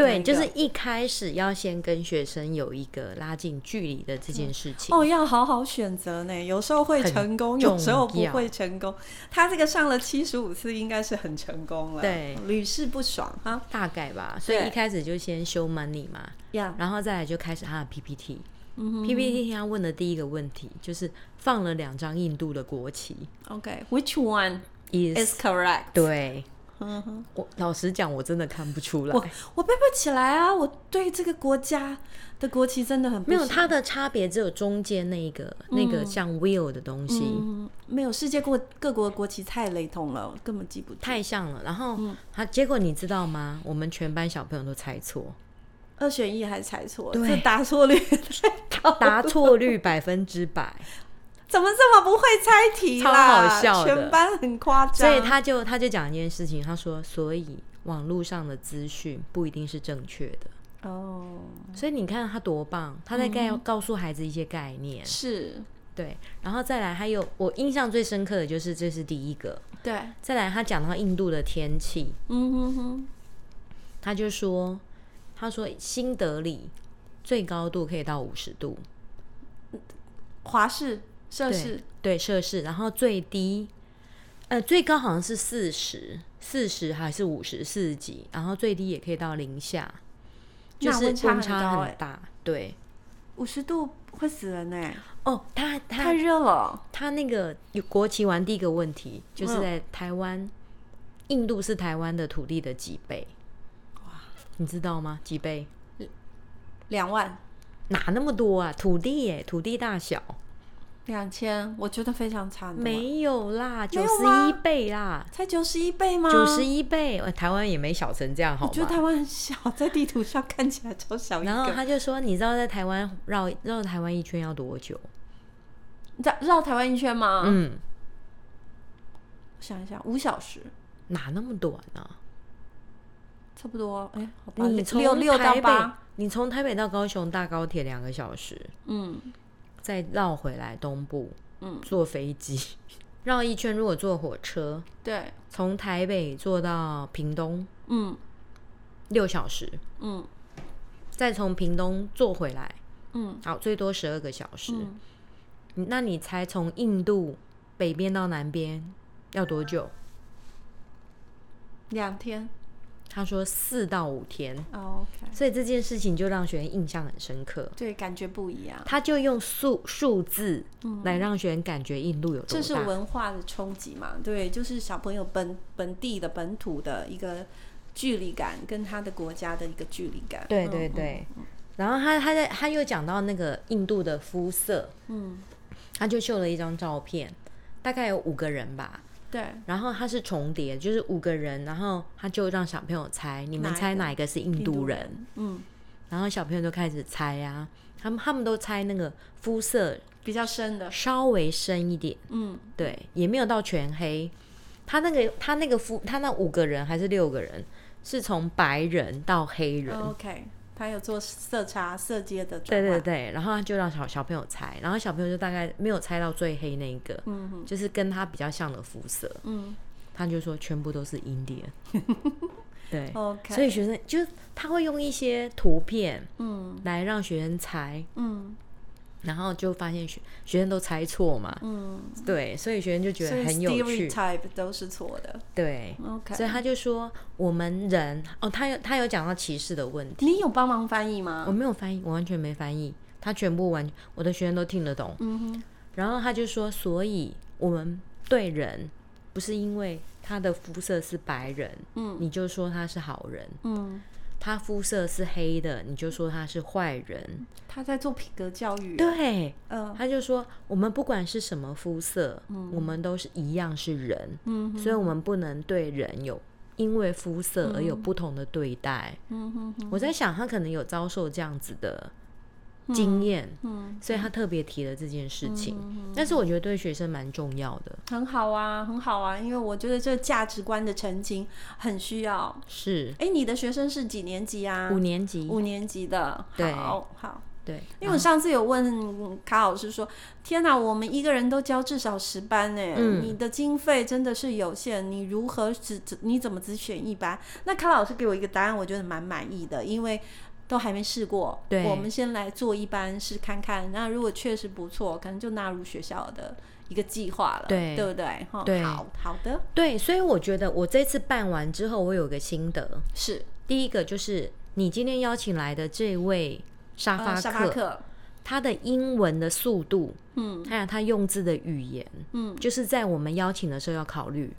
Speaker 1: 哪
Speaker 2: 对，
Speaker 1: 一
Speaker 2: 就
Speaker 1: 个
Speaker 2: 是一开始要先跟学生有一个拉近距离的这件事情。
Speaker 1: 哦，要好好选择呢，有时候会
Speaker 2: 很
Speaker 1: 成功，
Speaker 2: 重
Speaker 1: 有时候不
Speaker 2: 要
Speaker 1: 会成功。他这个上了七十五次，应该是很成功了，
Speaker 2: 对，
Speaker 1: 屡试不爽哈。
Speaker 2: 大概吧，所以
Speaker 1: 对
Speaker 2: 一开始就先 show money 嘛，
Speaker 1: 呀、
Speaker 2: 然后再来就开始他的 PPT。PPT
Speaker 1: 嗯
Speaker 2: 他问的第一个问题就是放了两张印度的国旗
Speaker 1: o k w h i c h one
Speaker 2: ，is
Speaker 1: is correct？
Speaker 2: 对
Speaker 1: 哎嗯哼，
Speaker 2: 我老实讲，我真的看不出来。
Speaker 1: 我我背不起来啊，我对这个国家的国旗真的很不
Speaker 2: 没有
Speaker 1: 行
Speaker 2: 它的差别，只有中间那一个、那个像 will 的东西、
Speaker 1: 嗯，没有世界各各国的国旗太雷同了，我根本记不住。
Speaker 2: 太像了。然后他、结果你知道吗？我们全班小朋友都猜错，
Speaker 1: 二选一还猜错，
Speaker 2: 对
Speaker 1: 这答错率太高，
Speaker 2: 答错率百分之百，
Speaker 1: 怎么这么不会猜题啦？
Speaker 2: 超好笑的
Speaker 1: 全班很夸张。
Speaker 2: 所以他就他就讲一件事情，他说，所以网络上的资讯不一定是正确的。
Speaker 1: 哦，
Speaker 2: 所以你看他多棒，他在概告诉孩子一些概念，
Speaker 1: 是，
Speaker 2: 对，然后再来还有我印象最深刻的就是这是第一个，
Speaker 1: 对，
Speaker 2: 再来他讲到印度的天气，
Speaker 1: 嗯哼哼，
Speaker 2: 他就说，他说新德里最高度可以到五十度，
Speaker 1: 华氏、摄氏
Speaker 2: 对，对摄氏，然后最低，呃，最高好像是四十，四十还是五十四十几，然后最低也可以到零下，就
Speaker 1: 那
Speaker 2: 是
Speaker 1: 温差很
Speaker 2: 差
Speaker 1: 高
Speaker 2: 很
Speaker 1: 欸
Speaker 2: 大，对。
Speaker 1: 五十度会死人呢、
Speaker 2: 哦，他
Speaker 1: 太
Speaker 2: 他
Speaker 1: 热了。
Speaker 2: 他那个有国旗玩第一个问题
Speaker 1: 嗯
Speaker 2: 就是在台湾，印度是台湾的土地的几倍？哇，你知道吗？几倍？
Speaker 1: 两万、
Speaker 2: 哪那么多啊？土地耶，土地大小
Speaker 1: 两千，我觉得非常差。你懂吗，啊
Speaker 2: 没有啦，九
Speaker 1: 没有
Speaker 2: 十
Speaker 1: 吗
Speaker 2: 一倍啦，
Speaker 1: 才九十一倍吗？
Speaker 2: 九十，一倍，呃台湾也没小成这样好
Speaker 1: 啊我觉得
Speaker 2: 吗？
Speaker 1: 台湾很小，在地图上看起来超小一
Speaker 2: 然后
Speaker 1: 个。
Speaker 2: 他就说，你知道在台湾绕绕台湾一圈要多久？
Speaker 1: 你知道绕台湾一圈吗？
Speaker 2: 嗯，
Speaker 1: 我想一想，五小时，
Speaker 2: 哪那么短啊？
Speaker 1: 差不多。哎，好吧，
Speaker 2: 你从
Speaker 1: 六六
Speaker 2: 台
Speaker 1: 到
Speaker 2: 北
Speaker 1: 八，，
Speaker 2: 你从台北到高雄搭高铁两个小时，
Speaker 1: 嗯，
Speaker 2: 再绕回来东部，
Speaker 1: 嗯，
Speaker 2: 坐飞机 绕一圈。如果坐火车，
Speaker 1: 对，
Speaker 2: 从台北坐到屏东
Speaker 1: 嗯
Speaker 2: 六小时，
Speaker 1: 嗯
Speaker 2: 再从屏东坐回来，
Speaker 1: 嗯
Speaker 2: 好，最多十二个小时。
Speaker 1: 嗯，
Speaker 2: 那你猜从印度北边到南边要多久？
Speaker 1: 两天。
Speaker 2: 他说四到五天。
Speaker 1: 哦 OK，
Speaker 2: 所以这件事情就让学员印象很深刻。
Speaker 1: 对，感觉不一样。
Speaker 2: 他就用数数字来让学员感觉印度有多
Speaker 1: 嗯这是
Speaker 2: 大。
Speaker 1: 文化的冲击嘛？对，就是小朋友本本地的本土的一个距离感，跟他的国家的一个距离感。
Speaker 2: 对
Speaker 1: 嗯
Speaker 2: 对，对。然后他他在他又讲到那个印度的肤色，
Speaker 1: 嗯，
Speaker 2: 他就秀了一张照片，大概有五个人吧。
Speaker 1: 对，
Speaker 2: 然后他是重叠，就是五个人，然后他就让小朋友猜，你们猜哪一个是印度人？，
Speaker 1: 嗯，
Speaker 2: 然后小朋友就开始猜啊，他们他们都猜那个肤色
Speaker 1: 比较深的，
Speaker 2: 稍微深一点，
Speaker 1: 嗯，
Speaker 2: 对，也没有到全黑。他那个他那个肤他那五个人还是六个人，是从白人到黑人，
Speaker 1: 哦 OK，他有做色差、色阶的转
Speaker 2: 对
Speaker 1: 换。
Speaker 2: 哦对对，然后他就让小小朋友猜，然后小朋友就大概没有猜到最黑那一个，
Speaker 1: 嗯
Speaker 2: 就是跟他比较像的肤色，
Speaker 1: 嗯
Speaker 2: 他就说全部都是 Indian，对
Speaker 1: ，OK，
Speaker 2: 所以学生就是他会用一些图片
Speaker 1: 嗯
Speaker 2: 来让学生猜，
Speaker 1: 嗯
Speaker 2: 然后就发现学学生都猜错嘛，
Speaker 1: 嗯，
Speaker 2: 对，所以学生就觉
Speaker 1: 所
Speaker 2: 得
Speaker 1: 以
Speaker 2: 很有趣，
Speaker 1: stereotype 都是错的。
Speaker 2: 对，
Speaker 1: OK，
Speaker 2: 所以他就说我们人哦，他有他有讲到歧视的问题，
Speaker 1: 你有帮忙翻译
Speaker 2: 我
Speaker 1: 吗？
Speaker 2: 没有翻译，我完全没翻译，他全部完我的学生都听得懂。
Speaker 1: 嗯哼，
Speaker 2: 然后他就说，所以我们对人不是因为他的肤色是白人，
Speaker 1: 嗯，
Speaker 2: 你就说他是好人；
Speaker 1: 嗯，
Speaker 2: 他肤色是黑的，你就说他是坏人。
Speaker 1: 他在做品格教育。，
Speaker 2: 对，
Speaker 1: 嗯
Speaker 2: 他就说我们不管是什么肤色，我们都是一样是人，
Speaker 1: 嗯
Speaker 2: 所以我们不能对人有。因为肤色而有不同的对待，
Speaker 1: 嗯哼哼，
Speaker 2: 我在想他可能有遭受这样子的经验，
Speaker 1: 嗯。
Speaker 2: 所以他特别提了这件事情。但是我觉得对学生蛮重要的，
Speaker 1: 很好啊，很好啊，因为我觉得这价值观的澄清很需要。
Speaker 2: 是
Speaker 1: 哎，你的学生是几年级啊？
Speaker 2: 五年级，
Speaker 1: 五年级的，
Speaker 2: 对
Speaker 1: 好好，
Speaker 2: 对，啊
Speaker 1: 因为我上次有问卡老师说：“天哪，我们一个人都教至少十班呢、
Speaker 2: 嗯
Speaker 1: 你的经费真的是有限，你如何只只你怎么只选一班？”那卡老师给我一个答案，我觉得蛮满意的，因为都还没试过，
Speaker 2: 对
Speaker 1: 我们先来做一班试看看。那如果确实不错，可能就纳入学校的一个计划了，
Speaker 2: 对
Speaker 1: 不对？哈，
Speaker 2: 对
Speaker 1: 好好的，
Speaker 2: 对，所以我觉得我这次办完之后，我有个心得。
Speaker 1: 是
Speaker 2: 第一个就是你今天邀请来的这位沙
Speaker 1: 呃
Speaker 2: 发
Speaker 1: 沙发
Speaker 2: 客，
Speaker 1: 课，
Speaker 2: 他的英文的速度，
Speaker 1: 嗯
Speaker 2: 还有他用字的语言，
Speaker 1: 嗯。
Speaker 2: 就是在我们邀请的时候要考虑。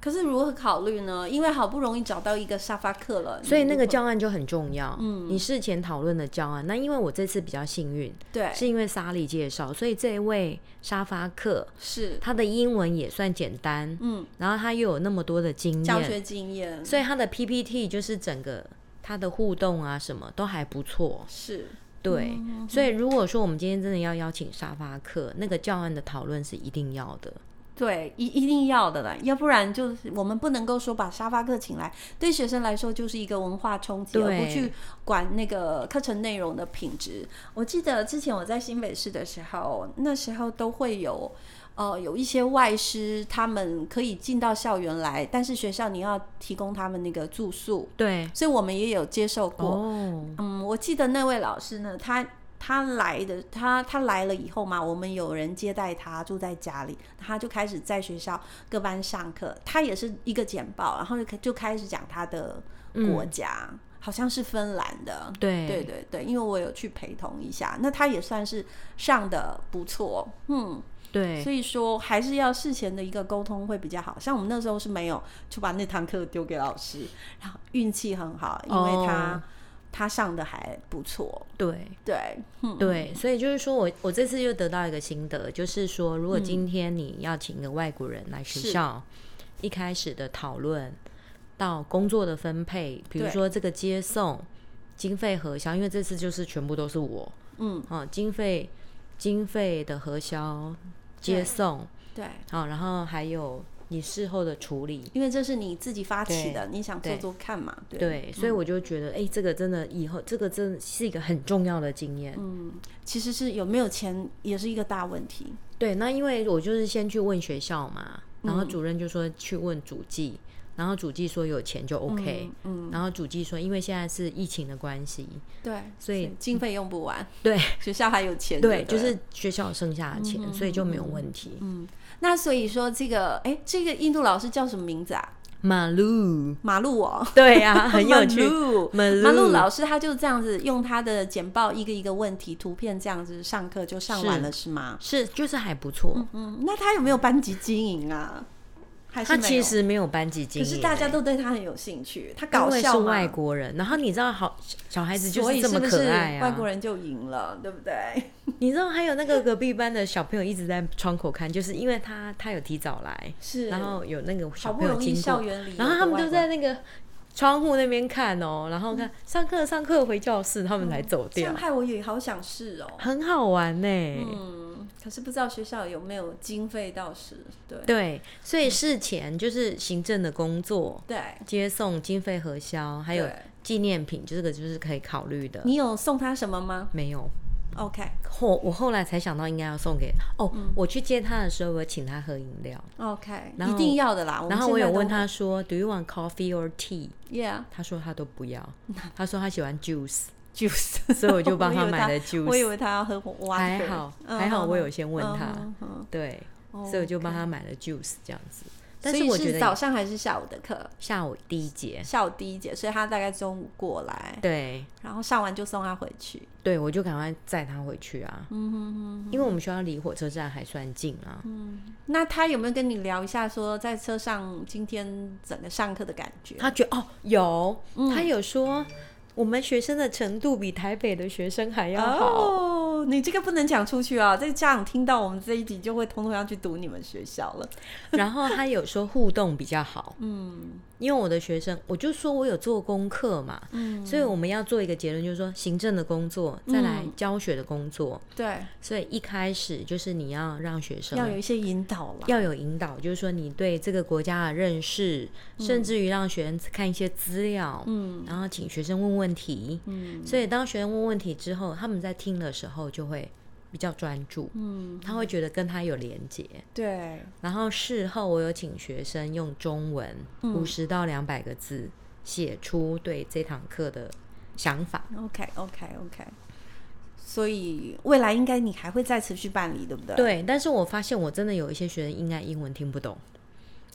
Speaker 1: 可是如何考虑呢？因为好不容易找到一个沙发客了，
Speaker 2: 所以那
Speaker 1: 你
Speaker 2: 个
Speaker 1: 如何
Speaker 2: 教案就很重要。嗯，你事前讨论的教案，那因为我这次比较幸运，
Speaker 1: 对
Speaker 2: 是因为莎莉介绍，所以这一位沙发客
Speaker 1: 是
Speaker 2: 他的英文也算简单，
Speaker 1: 嗯，
Speaker 2: 然后他又有那么多的经
Speaker 1: 教
Speaker 2: 验，
Speaker 1: 学经验
Speaker 2: 所以他的 PPT 就是整个他的互动啊什么都还不错。
Speaker 1: 是
Speaker 2: 对，
Speaker 1: 嗯
Speaker 2: 所以如果说我们今天真的要邀请沙发客，那个教案的讨论是一定要的。
Speaker 1: 对一一定要的啦，要不然就是我们不能够说把沙发客请来，对学生来说就是一个文化冲击，而
Speaker 2: 对
Speaker 1: 不去管那个课程内容的品质。我记得之前我在新北市的时候，那时候都会有。呃，有一些外师，他们可以进到校园来，但是学校你要提供他们那个住宿，
Speaker 2: 对，
Speaker 1: 所以我们也有接受过。
Speaker 2: 哦，
Speaker 1: 嗯，我记得那位老师呢，他他来的，他他来了以后嘛，我们有人接待他，住在家里，他就开始在学校各班上课，他也是一个简报，然后就开就开始讲他的国家，好像是芬兰的。
Speaker 2: 对
Speaker 1: 对对对，因为我有去陪同一下，那他也算是上的不错，嗯，
Speaker 2: 对
Speaker 1: 所以说还是要事前的一个沟通会比较好。像我们那时候是没有，就把那堂课丢给老师，然后运气很好，因为他、
Speaker 2: 哦
Speaker 1: 他上的还不错。
Speaker 2: 对。
Speaker 1: 对，嗯，
Speaker 2: 对，所以就是说我我这次又得到一个心得，就是说，如果今天你要请一个外国人来学
Speaker 1: 是
Speaker 2: 校，一开始的讨论到工作的分配，比如
Speaker 1: 对
Speaker 2: 说这个接送经费核销，因为这次就是全部都是我，
Speaker 1: 嗯，
Speaker 2: 啊，经费经费的核销、接
Speaker 1: 对
Speaker 2: 送，
Speaker 1: 对，
Speaker 2: 啊，然后还有你事后的处理，
Speaker 1: 因为这是你自己发起的，你想做做看嘛，对。
Speaker 2: 对，所以我就觉得，哎、这个真的以后这个真的是一个很重要的经验，
Speaker 1: 其实是有没有钱也是一个大问题。
Speaker 2: 对，那因为我就是先去问学校嘛，然
Speaker 1: 嗯
Speaker 2: 后主任就说去问主计，然后主计说有钱就 OK，、
Speaker 1: 嗯，
Speaker 2: 然后主计说因为现在是疫情的关系，
Speaker 1: 对，
Speaker 2: 所以
Speaker 1: 经费用不完，
Speaker 2: 对
Speaker 1: 学校还有钱
Speaker 2: 对，
Speaker 1: 了
Speaker 2: 就是学校有剩下的钱，
Speaker 1: 嗯
Speaker 2: 所以就没有问题。
Speaker 1: 那所以说这个，哎，这个印度老师叫什么名字啊？
Speaker 2: 马 路，
Speaker 1: 马路哦，
Speaker 2: 对呀、很有趣。
Speaker 1: 马路
Speaker 2: 马路
Speaker 1: 马路老师他就这样子用他的简报一个一个问题图片这样子上课就上完了是吗？
Speaker 2: 是就是还不错，
Speaker 1: 嗯，那他有没有班级经营啊？还是
Speaker 2: 他
Speaker 1: 没有
Speaker 2: 其实没有班级经
Speaker 1: 可
Speaker 2: 营，
Speaker 1: 是大家都对他很有兴趣，他
Speaker 2: 因
Speaker 1: 搞
Speaker 2: 为
Speaker 1: 笑
Speaker 2: 是
Speaker 1: 嘛
Speaker 2: 外国人，然后你知道好小孩子就
Speaker 1: 所以
Speaker 2: 这么
Speaker 1: 是不
Speaker 2: 可
Speaker 1: 是
Speaker 2: 爱啊，
Speaker 1: 外国人就赢了，对不对？
Speaker 2: 你知道还有那个隔壁班的小朋友一直在窗口看，就是因为他他有提早来，
Speaker 1: 是，
Speaker 2: 然后有那个
Speaker 1: 好
Speaker 2: 小朋
Speaker 1: 不
Speaker 2: 友
Speaker 1: 容易
Speaker 2: 经
Speaker 1: 校
Speaker 2: 过，
Speaker 1: 园里，
Speaker 2: 然后他们都在。那个窗户那边看哦，然后看
Speaker 1: 嗯
Speaker 2: 上课上课回教室，他们才走掉
Speaker 1: 上，海我也好想试哦，
Speaker 2: 很好玩呢、
Speaker 1: 嗯，可是不知道学校有没有经费到时，对
Speaker 2: 对，所
Speaker 1: 嗯
Speaker 2: 以事前就是行政的工作、
Speaker 1: 对，
Speaker 2: 接送、经费核销，还有
Speaker 1: 对
Speaker 2: 纪念品，这个就是可以考虑的。
Speaker 1: 你有送他什么吗
Speaker 2: 没有
Speaker 1: ？OK，
Speaker 2: 后，我后来才想到应该要送给哦，
Speaker 1: 嗯
Speaker 2: 我去接他的时候，我请他喝饮料，
Speaker 1: OK，
Speaker 2: 然后
Speaker 1: 一定要的啦。
Speaker 2: 然
Speaker 1: 哦们
Speaker 2: 后我
Speaker 1: 现在
Speaker 2: 有问
Speaker 1: 都
Speaker 2: 他说，Do you want coffee or tea？
Speaker 1: ，Yeah
Speaker 2: 他说他都不要， 他说他喜欢 juice。
Speaker 1: juice，
Speaker 2: 所以我就帮他
Speaker 1: 以为
Speaker 2: 买了 juice
Speaker 1: 我以为他要喝红哇，
Speaker 2: 还好还好，我有先问他，
Speaker 1: 嗯嗯
Speaker 2: 对，
Speaker 1: 哦
Speaker 2: 所以我就帮他买了 juice 这样子。但
Speaker 1: 但
Speaker 2: 是
Speaker 1: 是
Speaker 2: 我
Speaker 1: 我
Speaker 2: 觉
Speaker 1: 是
Speaker 2: 得
Speaker 1: 早上还是下午的课？
Speaker 2: 下午第一节，
Speaker 1: 下午第一节，所以他大概中午过来，
Speaker 2: 对
Speaker 1: 然后上完就送他回去。
Speaker 2: 对，我就赶快载他回去啊，
Speaker 1: 嗯
Speaker 2: 因为我们学校离火车站还算近啊，
Speaker 1: 那他有没有跟你聊一下说在车上今天整个上课的感觉？
Speaker 2: 他觉得哦有，
Speaker 1: 嗯
Speaker 2: 他有说我们学生的程度比台北的学生还要好，
Speaker 1: 哦，你这个不能讲出去啊！这家长听到我们这一集就会通通要去读你们学校了。
Speaker 2: 然后他有说互动比较好，嗯，因为我的学生，我就说我有做功课嘛，
Speaker 1: 嗯
Speaker 2: 所以我们要做一个结论，就是说行政的工作，再来教学的工作，
Speaker 1: 对，
Speaker 2: 所以一开始就是你要让学生
Speaker 1: 要有一些引导啦。
Speaker 2: 要有引导，就是说你对这个国家的认识，甚至于让学生看一些资料，
Speaker 1: 嗯
Speaker 2: 然后请学生问问题。
Speaker 1: 嗯
Speaker 2: 所以当学生问问题之后，他们在听的时候就会比较专注，
Speaker 1: 嗯，
Speaker 2: 他会觉得跟他有连结。
Speaker 1: 对，
Speaker 2: 然后事后我有请学生用中文
Speaker 1: 嗯
Speaker 2: 五十到两百个字写出对这堂课的想法。
Speaker 1: OK OK OK，所以未来应该你还会再持续办理，对不对？，
Speaker 2: 对，但是我发现我真的有一些学生应该英文听不懂，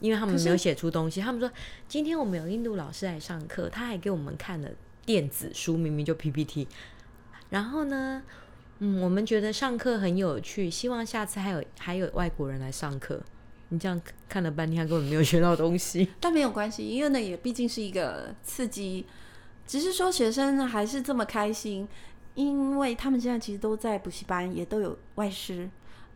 Speaker 2: 因为他们没有写出东西。他们说今天我们有印度老师来上课，他还给我们看了电子书，明明就 PPT。然后呢，嗯，我们觉得上课很有趣，希望下次还有还有外国人来上课。你这样看了半天，他根本没有学到东西。
Speaker 1: 但没有关系，因为呢也毕竟是一个刺激，只是说学生呢还是这么开心，因为他们现在其实都在补习班，也都有外师。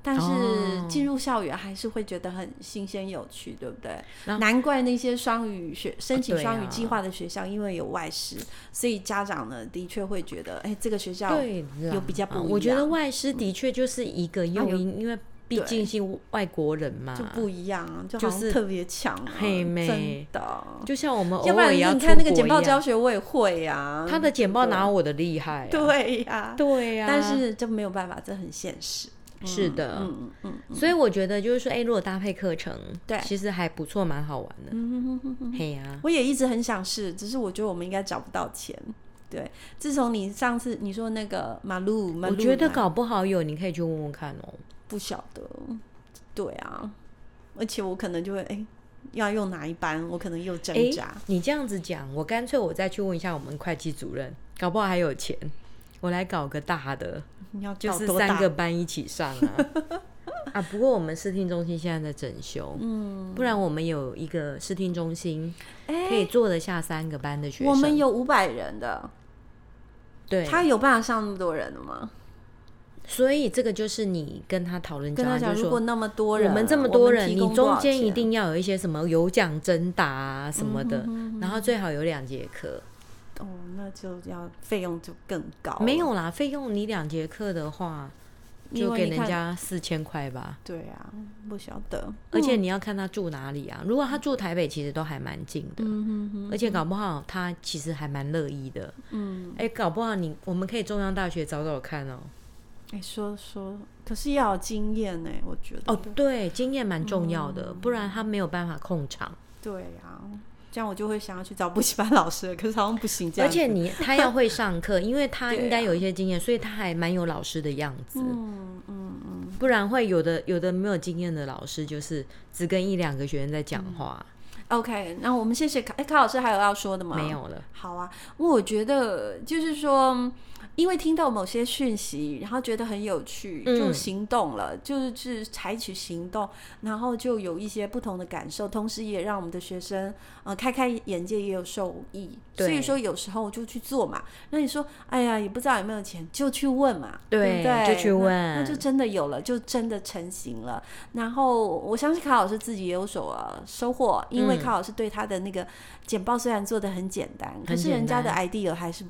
Speaker 1: 但
Speaker 2: 哦
Speaker 1: 是进入校园还是会觉得很新鲜有趣，对不对？
Speaker 2: 然后
Speaker 1: 难怪那些双语学申请
Speaker 2: 对啊
Speaker 1: 双语计划的学校，因为有外师，所以家长呢的确会觉得，哎，这个学校
Speaker 2: 对啦，啊
Speaker 1: 有比较不一
Speaker 2: 我觉得
Speaker 1: 样
Speaker 2: 外师的确就是一个诱因，因为毕
Speaker 1: 对
Speaker 2: 竟是外国人嘛，
Speaker 1: 就不一样啊，就
Speaker 2: 就
Speaker 1: 好像
Speaker 2: 是
Speaker 1: 特别强、啊，
Speaker 2: 嘿妹
Speaker 1: 真的。
Speaker 2: 就像我们偶
Speaker 1: 要不然
Speaker 2: 尔也要
Speaker 1: 你看那个
Speaker 2: 出
Speaker 1: 简
Speaker 2: 国
Speaker 1: 报
Speaker 2: 一样
Speaker 1: 教学，我也会呀、啊。
Speaker 2: 他的简报哪有我的厉嗯害、啊？
Speaker 1: 对呀、
Speaker 2: 对呀、
Speaker 1: 但是就没有办法，这很现实。
Speaker 2: 是的，
Speaker 1: 嗯嗯
Speaker 2: 所以我觉得就是说，哎、如果搭配课程，
Speaker 1: 对
Speaker 2: 其实还不错，蛮好玩的。
Speaker 1: 嗯嗯嗯，
Speaker 2: 嘿呀、
Speaker 1: 我也一直很想试，只是我觉得我们应该找不到钱。对，自从你上次你说那个马路，马
Speaker 2: 我
Speaker 1: 路
Speaker 2: 觉得
Speaker 1: 嘛
Speaker 2: 搞不好有，你可以去问问看哦。
Speaker 1: 不晓得，对啊，而且我可能就会哎、要用哪一班，我可能又挣
Speaker 2: 哎、
Speaker 1: 扎。
Speaker 2: 你这样子讲，我干脆我再去问一下我们会计主任，搞不好还有钱，我来搞个大的，
Speaker 1: 你要
Speaker 2: 就
Speaker 1: 搞
Speaker 2: 是
Speaker 1: 多
Speaker 2: 三
Speaker 1: 大
Speaker 2: 个班一起上啊。 啊，不过我们视听中心现在在整修，嗯，不然我们有一个视听中心、
Speaker 1: 哎
Speaker 2: 可以坐得下三个班的学生。
Speaker 1: 我们有五百人的，
Speaker 2: 对，
Speaker 1: 他有办法上那么多人的吗？
Speaker 2: 所以这个就是你跟他讨论教
Speaker 1: 跟他
Speaker 2: 案，
Speaker 1: 讲，
Speaker 2: 就是
Speaker 1: 如果
Speaker 2: 说
Speaker 1: 那么多人，
Speaker 2: 我们这么多人，
Speaker 1: 提
Speaker 2: 你
Speaker 1: 供多
Speaker 2: 中
Speaker 1: 少
Speaker 2: 间一
Speaker 1: 钱嗯
Speaker 2: 定要有一些什么有奖征答啊什么的，然后最好有两节课。
Speaker 1: 哦，那就要费用就更高，
Speaker 2: 没，有啦，费用你两节课的话，
Speaker 1: 因
Speaker 2: 就
Speaker 1: 为
Speaker 2: 给
Speaker 1: 你
Speaker 2: 人
Speaker 1: 看，
Speaker 2: 家四千块吧。
Speaker 1: 对啊，不晓得，
Speaker 2: 而且你要看他住哪里啊，如果他住台北，其实都还蛮近的。
Speaker 1: 嗯哼
Speaker 2: 而且搞不好他其实还蛮乐意的，嗯，哎、搞不好你我们可以中央大学找找看哦。
Speaker 1: 哼，哎，说说，可是要有经验呢，我觉得，
Speaker 2: 哦，对，经验蛮重要的，
Speaker 1: 嗯
Speaker 2: 不然他没有办法控场。
Speaker 1: 对啊，这样我就会想要去找补习班老师了，可是好像不行，这
Speaker 2: 而
Speaker 1: 样，
Speaker 2: 且你他要会上 课，因为他
Speaker 1: 对啊
Speaker 2: 应该有一些经验，所以他还蛮有老师的样子，
Speaker 1: 嗯嗯嗯，
Speaker 2: 不然会有的有的没有经验的老师就是只跟一两个学生在讲话，
Speaker 1: 嗯，OK，那我们谢谢卡，哎，卡老师还有要说的吗？
Speaker 2: 没。有了。
Speaker 1: 好啊，我觉得就是说，嗯因为听到某些讯息，然后觉得很有趣，
Speaker 2: 嗯
Speaker 1: 就行动了，就是去采取行动，然后就有一些不同的感受，同时也让我们的学生呃开开眼界，也有受益。所
Speaker 2: 对
Speaker 1: 以说，有时候就去做嘛。那你说，哎呀，也不知道有没有钱，就去问嘛，对不
Speaker 2: 对
Speaker 1: 对？
Speaker 2: 就去
Speaker 1: 那
Speaker 2: 问
Speaker 1: 那就真的有了，就真的成型了。然后我相信卡老师自己也有所呃收获，因为
Speaker 2: 嗯
Speaker 1: 卡老师对他的那个简报虽然做的很简单，可
Speaker 2: 很
Speaker 1: 是
Speaker 2: 简
Speaker 1: 人家的
Speaker 2: 单
Speaker 1: idea 还是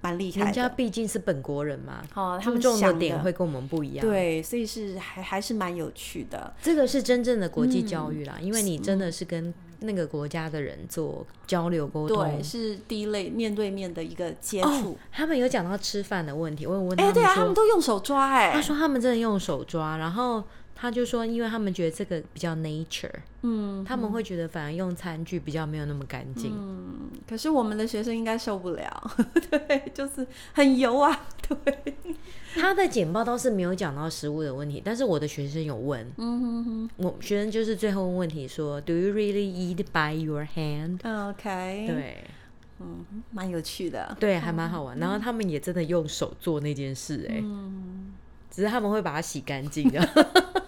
Speaker 1: 蛮厉害
Speaker 2: 人家
Speaker 1: 的。
Speaker 2: 毕竟是本国人嘛，
Speaker 1: 哦，他
Speaker 2: 注
Speaker 1: 们
Speaker 2: 重
Speaker 1: 想
Speaker 2: 的点会跟我们不一样。，
Speaker 1: 对，所以是还还是蛮有趣的。
Speaker 2: 这个是真正的国际教育啦，
Speaker 1: 嗯
Speaker 2: 因为你真的是跟那个国家的人做交流沟通
Speaker 1: 对，。是第一类面对面的一个接
Speaker 2: 哦
Speaker 1: 触。，
Speaker 2: 他们有讲到吃饭的问题，我有问他
Speaker 1: 哎、
Speaker 2: 们
Speaker 1: 对啊，他
Speaker 2: 哦说
Speaker 1: 们都用手抓哎、
Speaker 2: 他说他们真的用手抓，然后他就说，因为他们觉得这个比较 nature，嗯，他们会觉得反而用餐具比较没有那么干净。
Speaker 1: 嗯可是我们的学生应该受不了， 对，就是很油啊，对，
Speaker 2: 他的简报倒是没有讲到食物的问题，但是我的学生有问，
Speaker 1: 嗯哼哼
Speaker 2: 我学生就是最后问问题说，Do you really eat by your hand？
Speaker 1: 嗯，OK，，
Speaker 2: 对
Speaker 1: 嗯，蛮有趣的，
Speaker 2: 对，还蛮好玩。然后他们也真的用手做那件事、哎、
Speaker 1: 嗯
Speaker 2: 只是他们会把它洗干净啊的。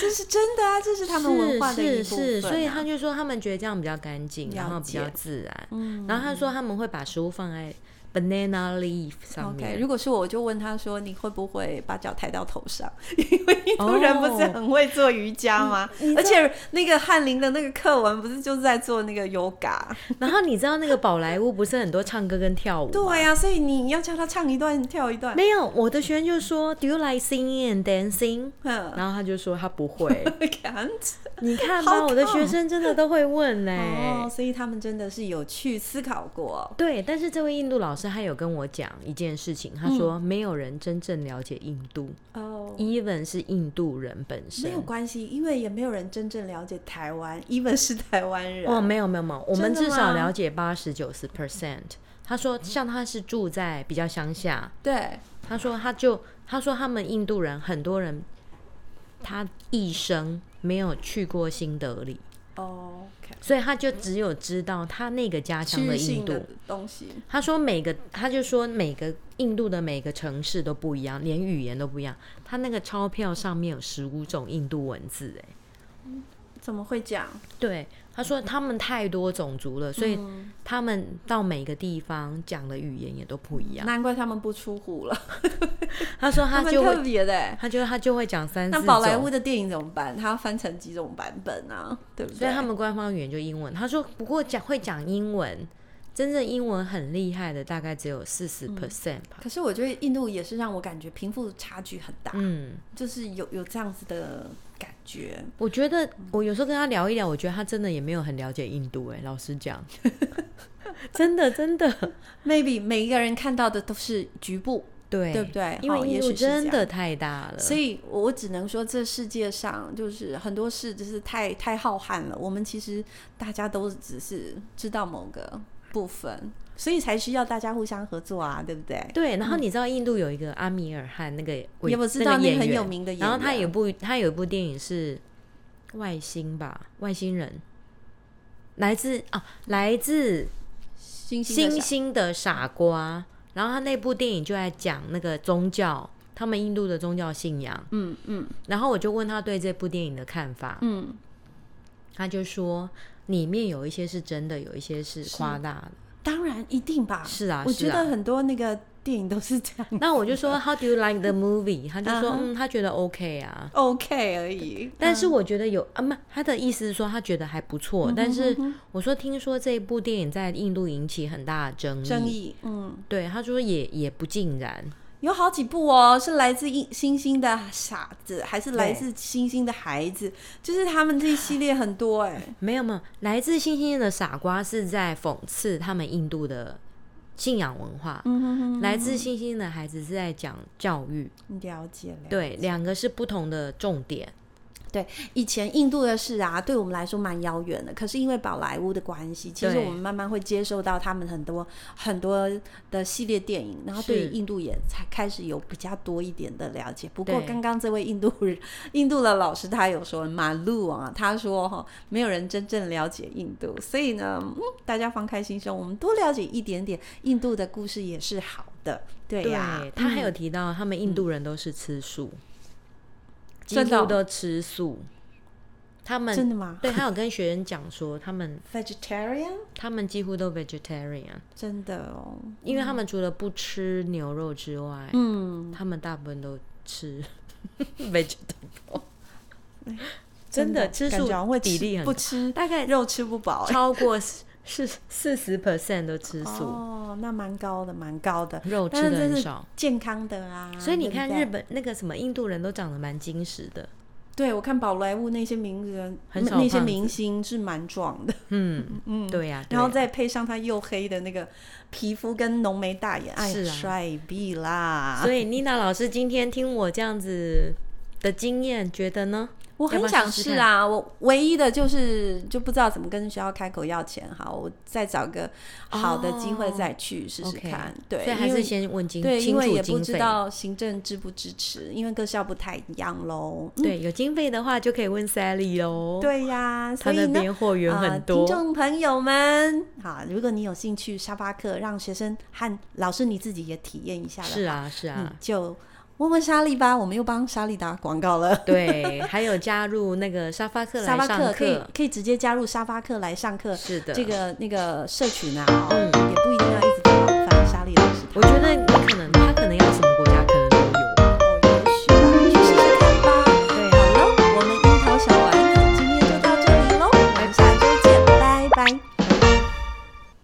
Speaker 1: 这是真的啊， 这是他们文化的一
Speaker 2: 是
Speaker 1: 部
Speaker 2: 是
Speaker 1: 分、啊
Speaker 2: 是，所以他就说他们觉得这样比较干净，
Speaker 1: 了
Speaker 2: 然后比较
Speaker 1: 解
Speaker 2: 自然。
Speaker 1: 嗯
Speaker 2: 然后他说他们会把食物放在 banana leaf 上
Speaker 1: OK，
Speaker 2: 面。
Speaker 1: 如果是我，我就问他说：“你会不会把脚抬到头上？” 因为印度人不是
Speaker 2: 哦
Speaker 1: 很会做瑜伽吗？而且那个翰林的那个课文不是就是在做那个 yoga？
Speaker 2: 然后你知道那个宝莱坞不是很多唱歌跟跳舞吗？
Speaker 1: 对啊呀、所以你要叫他唱一段跳一段。
Speaker 2: 没有，我的学生就说 Do you like singing and dancing？
Speaker 1: 嗯
Speaker 2: 然后他就说他不会。
Speaker 1: ，can't。
Speaker 2: 你看
Speaker 1: 好
Speaker 2: 吧，
Speaker 1: 看
Speaker 2: 我的学生真的都会问呢、
Speaker 1: 哦，所以他们真的是有去思考过。
Speaker 2: 对，但是这位印度老师他有跟我讲一件事情，他说没有人真正了解印度、
Speaker 1: 嗯哦。
Speaker 2: e v e n 是印度人本身
Speaker 1: 没有。关系，因为也没有人真正了解台湾，even 是台湾人。
Speaker 2: 哦，没有没有没有，我们
Speaker 1: 真的
Speaker 2: 至
Speaker 1: 吗
Speaker 2: 少了解八十九十 percent。他说，像他是住在比较乡下，
Speaker 1: 对，
Speaker 2: 他说他就他说他们印度人很多人，他一生没有去过新德里，
Speaker 1: 哦，OK，
Speaker 2: 所以他就只有知道他那个家乡
Speaker 1: 区
Speaker 2: 的
Speaker 1: 域
Speaker 2: 印
Speaker 1: 性
Speaker 2: 度
Speaker 1: 的。东西。
Speaker 2: 他说每个，他就说每个印度的每个城市都不一样，连语言都不一样。他那个钞票上面有十五种印度文字，哎，
Speaker 1: 怎么会讲？
Speaker 2: 对，他说他们太多种族了，所以
Speaker 1: 嗯
Speaker 2: 他们到每个地方讲的语言也都不 一样。
Speaker 1: 难怪他们不出户了，
Speaker 2: 他说
Speaker 1: 他
Speaker 2: 他
Speaker 1: 们
Speaker 2: 就
Speaker 1: 特
Speaker 2: 会，
Speaker 1: 别的欸。
Speaker 2: 他就他就会讲三四
Speaker 1: 那
Speaker 2: 种。
Speaker 1: 宝莱坞的电影怎么办？它要翻成几种版本啊？对不
Speaker 2: 所
Speaker 1: 对？
Speaker 2: 以他们官方语言就英文。他说，不过讲会讲英文，真正英文很厉害的大概只有四
Speaker 1: 嗯
Speaker 2: 十 percent 吧。
Speaker 1: 可是我觉得印度也是让我感觉贫富差距很大，
Speaker 2: 嗯，
Speaker 1: 就是有有这样子的感觉。
Speaker 2: 我觉得我有时候跟他聊一聊，我觉得他真的也没有很了解印度、哎，老实 讲，真的真的，
Speaker 1: Maybe 每一个人看到的都是局部，
Speaker 2: 对
Speaker 1: 对不对
Speaker 2: 因
Speaker 1: 好
Speaker 2: 为
Speaker 1: 也
Speaker 2: 印
Speaker 1: 许
Speaker 2: 度
Speaker 1: 是这样
Speaker 2: 真的太大了，
Speaker 1: 所以我只能说这世界上就是很多事就是太太浩瀚了。我们其实大家都只是知道某个部分，所以才需要大家互相合作啊，对不对？
Speaker 2: 对，然后你知道印度有一个阿米尔汗那个
Speaker 1: 也
Speaker 2: 演
Speaker 1: 我知道
Speaker 2: 那个
Speaker 1: 那个很
Speaker 2: 演
Speaker 1: 有
Speaker 2: 员
Speaker 1: 名的演
Speaker 2: 然后他
Speaker 1: 员
Speaker 2: 有一部他有一部电影是外星吧，外星人，来自啊来自
Speaker 1: 星星的
Speaker 2: 星
Speaker 1: 小
Speaker 2: 星的傻瓜。然后他那部电影就在讲那个宗教，他们印度的宗教信仰。
Speaker 1: 嗯嗯
Speaker 2: 然后我就问他对这部电影的看法，
Speaker 1: 嗯，
Speaker 2: 他就说里面有一些是真的，有一些是夸大的。
Speaker 1: 当然一定吧。
Speaker 2: 是啊，
Speaker 1: 我
Speaker 2: 是
Speaker 1: 觉
Speaker 2: 啊
Speaker 1: 得。很多那个电影都是这样。
Speaker 2: 那我就说 How do you like the movie？他就说
Speaker 1: 嗯哼
Speaker 2: 嗯，他觉得 OK 啊。
Speaker 1: Uh-huh OK 而已，
Speaker 2: 但是我觉得有啊，不，他的意思是说他觉得还不错，
Speaker 1: Uh-huh，
Speaker 2: 但是
Speaker 1: 嗯
Speaker 2: 我说听说这一部电影在印度引起很大的争议，
Speaker 1: 争议，嗯，
Speaker 2: 对，他说也也不尽然，
Speaker 1: 有好几部哦，是来自一星星的傻子，还是来
Speaker 2: 对
Speaker 1: 自星星的孩子，就是他们这一系列很多 哎、
Speaker 2: 没有没有，来自星星的傻瓜是在讽刺他们印度的信仰文化，
Speaker 1: 嗯哼哼，
Speaker 2: 来自星星的孩子是在讲教育，
Speaker 1: 了解了。
Speaker 2: 对，两个是不同的重点，
Speaker 1: 对，以前印度的事啊，对我们来说蛮遥远的。可是因为宝莱坞的关系，其实
Speaker 2: 对
Speaker 1: 我们慢慢会接受到他们很多很多的系列电影，然后对
Speaker 2: 是
Speaker 1: 印度也才开始有比较多一点的了解。不过
Speaker 2: 对
Speaker 1: 刚刚这位印度人，印度的老师他有说马路啊，他说哈，没有人真正了解印度，所以呢，嗯，大家放开心胸，我们多了解一点点印度的故事也是好的。对啊呀、嗯
Speaker 2: 他还有提到他们印度人都是吃素，几
Speaker 1: 真的
Speaker 2: 乎
Speaker 1: 哦
Speaker 2: 都吃素，他们
Speaker 1: 真的吗
Speaker 2: 对他有跟学生讲说，他们
Speaker 1: ？Vegetarian，
Speaker 2: 他们几乎都 vegetarian，
Speaker 1: 真的哦，
Speaker 2: 因为他们除了不吃牛肉之外，
Speaker 1: 嗯。
Speaker 2: 他们大部分都吃 vegetable，真的吃
Speaker 1: 哎感
Speaker 2: 素
Speaker 1: 觉好像会
Speaker 2: 比例
Speaker 1: 吃
Speaker 2: 很
Speaker 1: 不
Speaker 2: 高
Speaker 1: 吃
Speaker 2: 大概
Speaker 1: 肉吃不饱、欸，
Speaker 2: 超过四四四十 percent 都吃素，
Speaker 1: 哦，那蛮高的，蛮高的，
Speaker 2: 肉
Speaker 1: 但
Speaker 2: 吃
Speaker 1: 是
Speaker 2: 的
Speaker 1: 这
Speaker 2: 很
Speaker 1: 是
Speaker 2: 少。
Speaker 1: 健康的啊。
Speaker 2: 所以你看
Speaker 1: 对不对
Speaker 2: 日，本那个什么印度人都长得蛮精实的，
Speaker 1: 对我看宝莱坞那些名人，
Speaker 2: 很少
Speaker 1: 那些
Speaker 2: 胖子
Speaker 1: 明星是蛮壮的，
Speaker 2: 嗯嗯，对呀、对
Speaker 1: 然后
Speaker 2: 呀
Speaker 1: 再配上他黝黑的那个皮肤跟浓眉大眼，哎呀，
Speaker 2: 是啊
Speaker 1: 帅毙啦！
Speaker 2: 所以妮娜老师今天听我这样子的经验，觉得呢？
Speaker 1: 我
Speaker 2: 要
Speaker 1: 很
Speaker 2: 不要
Speaker 1: 想
Speaker 2: 试试
Speaker 1: 试啊，我唯一的就是就不知道怎么跟学校开口要钱，好，我再找个好的机会
Speaker 2: 哦
Speaker 1: 再去试试
Speaker 2: OK，
Speaker 1: 看。对，
Speaker 2: 所以还
Speaker 1: 因
Speaker 2: 是
Speaker 1: 为
Speaker 2: 先问经
Speaker 1: 对，因
Speaker 2: 清
Speaker 1: 为
Speaker 2: 楚
Speaker 1: 也不
Speaker 2: 经
Speaker 1: 知
Speaker 2: 费。
Speaker 1: 道行政支不支持，因为各校不太一样喽。嗯
Speaker 2: 对，有经费的话就可以问 Sally 喽。，
Speaker 1: 对呀，
Speaker 2: 哦他
Speaker 1: 所以
Speaker 2: 那
Speaker 1: 呢，
Speaker 2: 边货源
Speaker 1: 啊，
Speaker 2: 很
Speaker 1: 听
Speaker 2: 多。
Speaker 1: 众朋友们，啊，如果你有兴趣沙发课，让学生和老师你自己也体验一下的嗯话，
Speaker 2: 是啊，是
Speaker 1: 你
Speaker 2: 啊，
Speaker 1: 就问问莎莉吧，我们又帮莎莉打广告 了。
Speaker 2: 对，还有加入那个 沙发课来
Speaker 1: 沙发
Speaker 2: 上呃
Speaker 1: 课可以
Speaker 2: 课
Speaker 1: 可以直接加入沙发课来上课，
Speaker 2: 是的
Speaker 1: 这个那个社群啊，哦
Speaker 2: 嗯
Speaker 1: 也不一定哦啊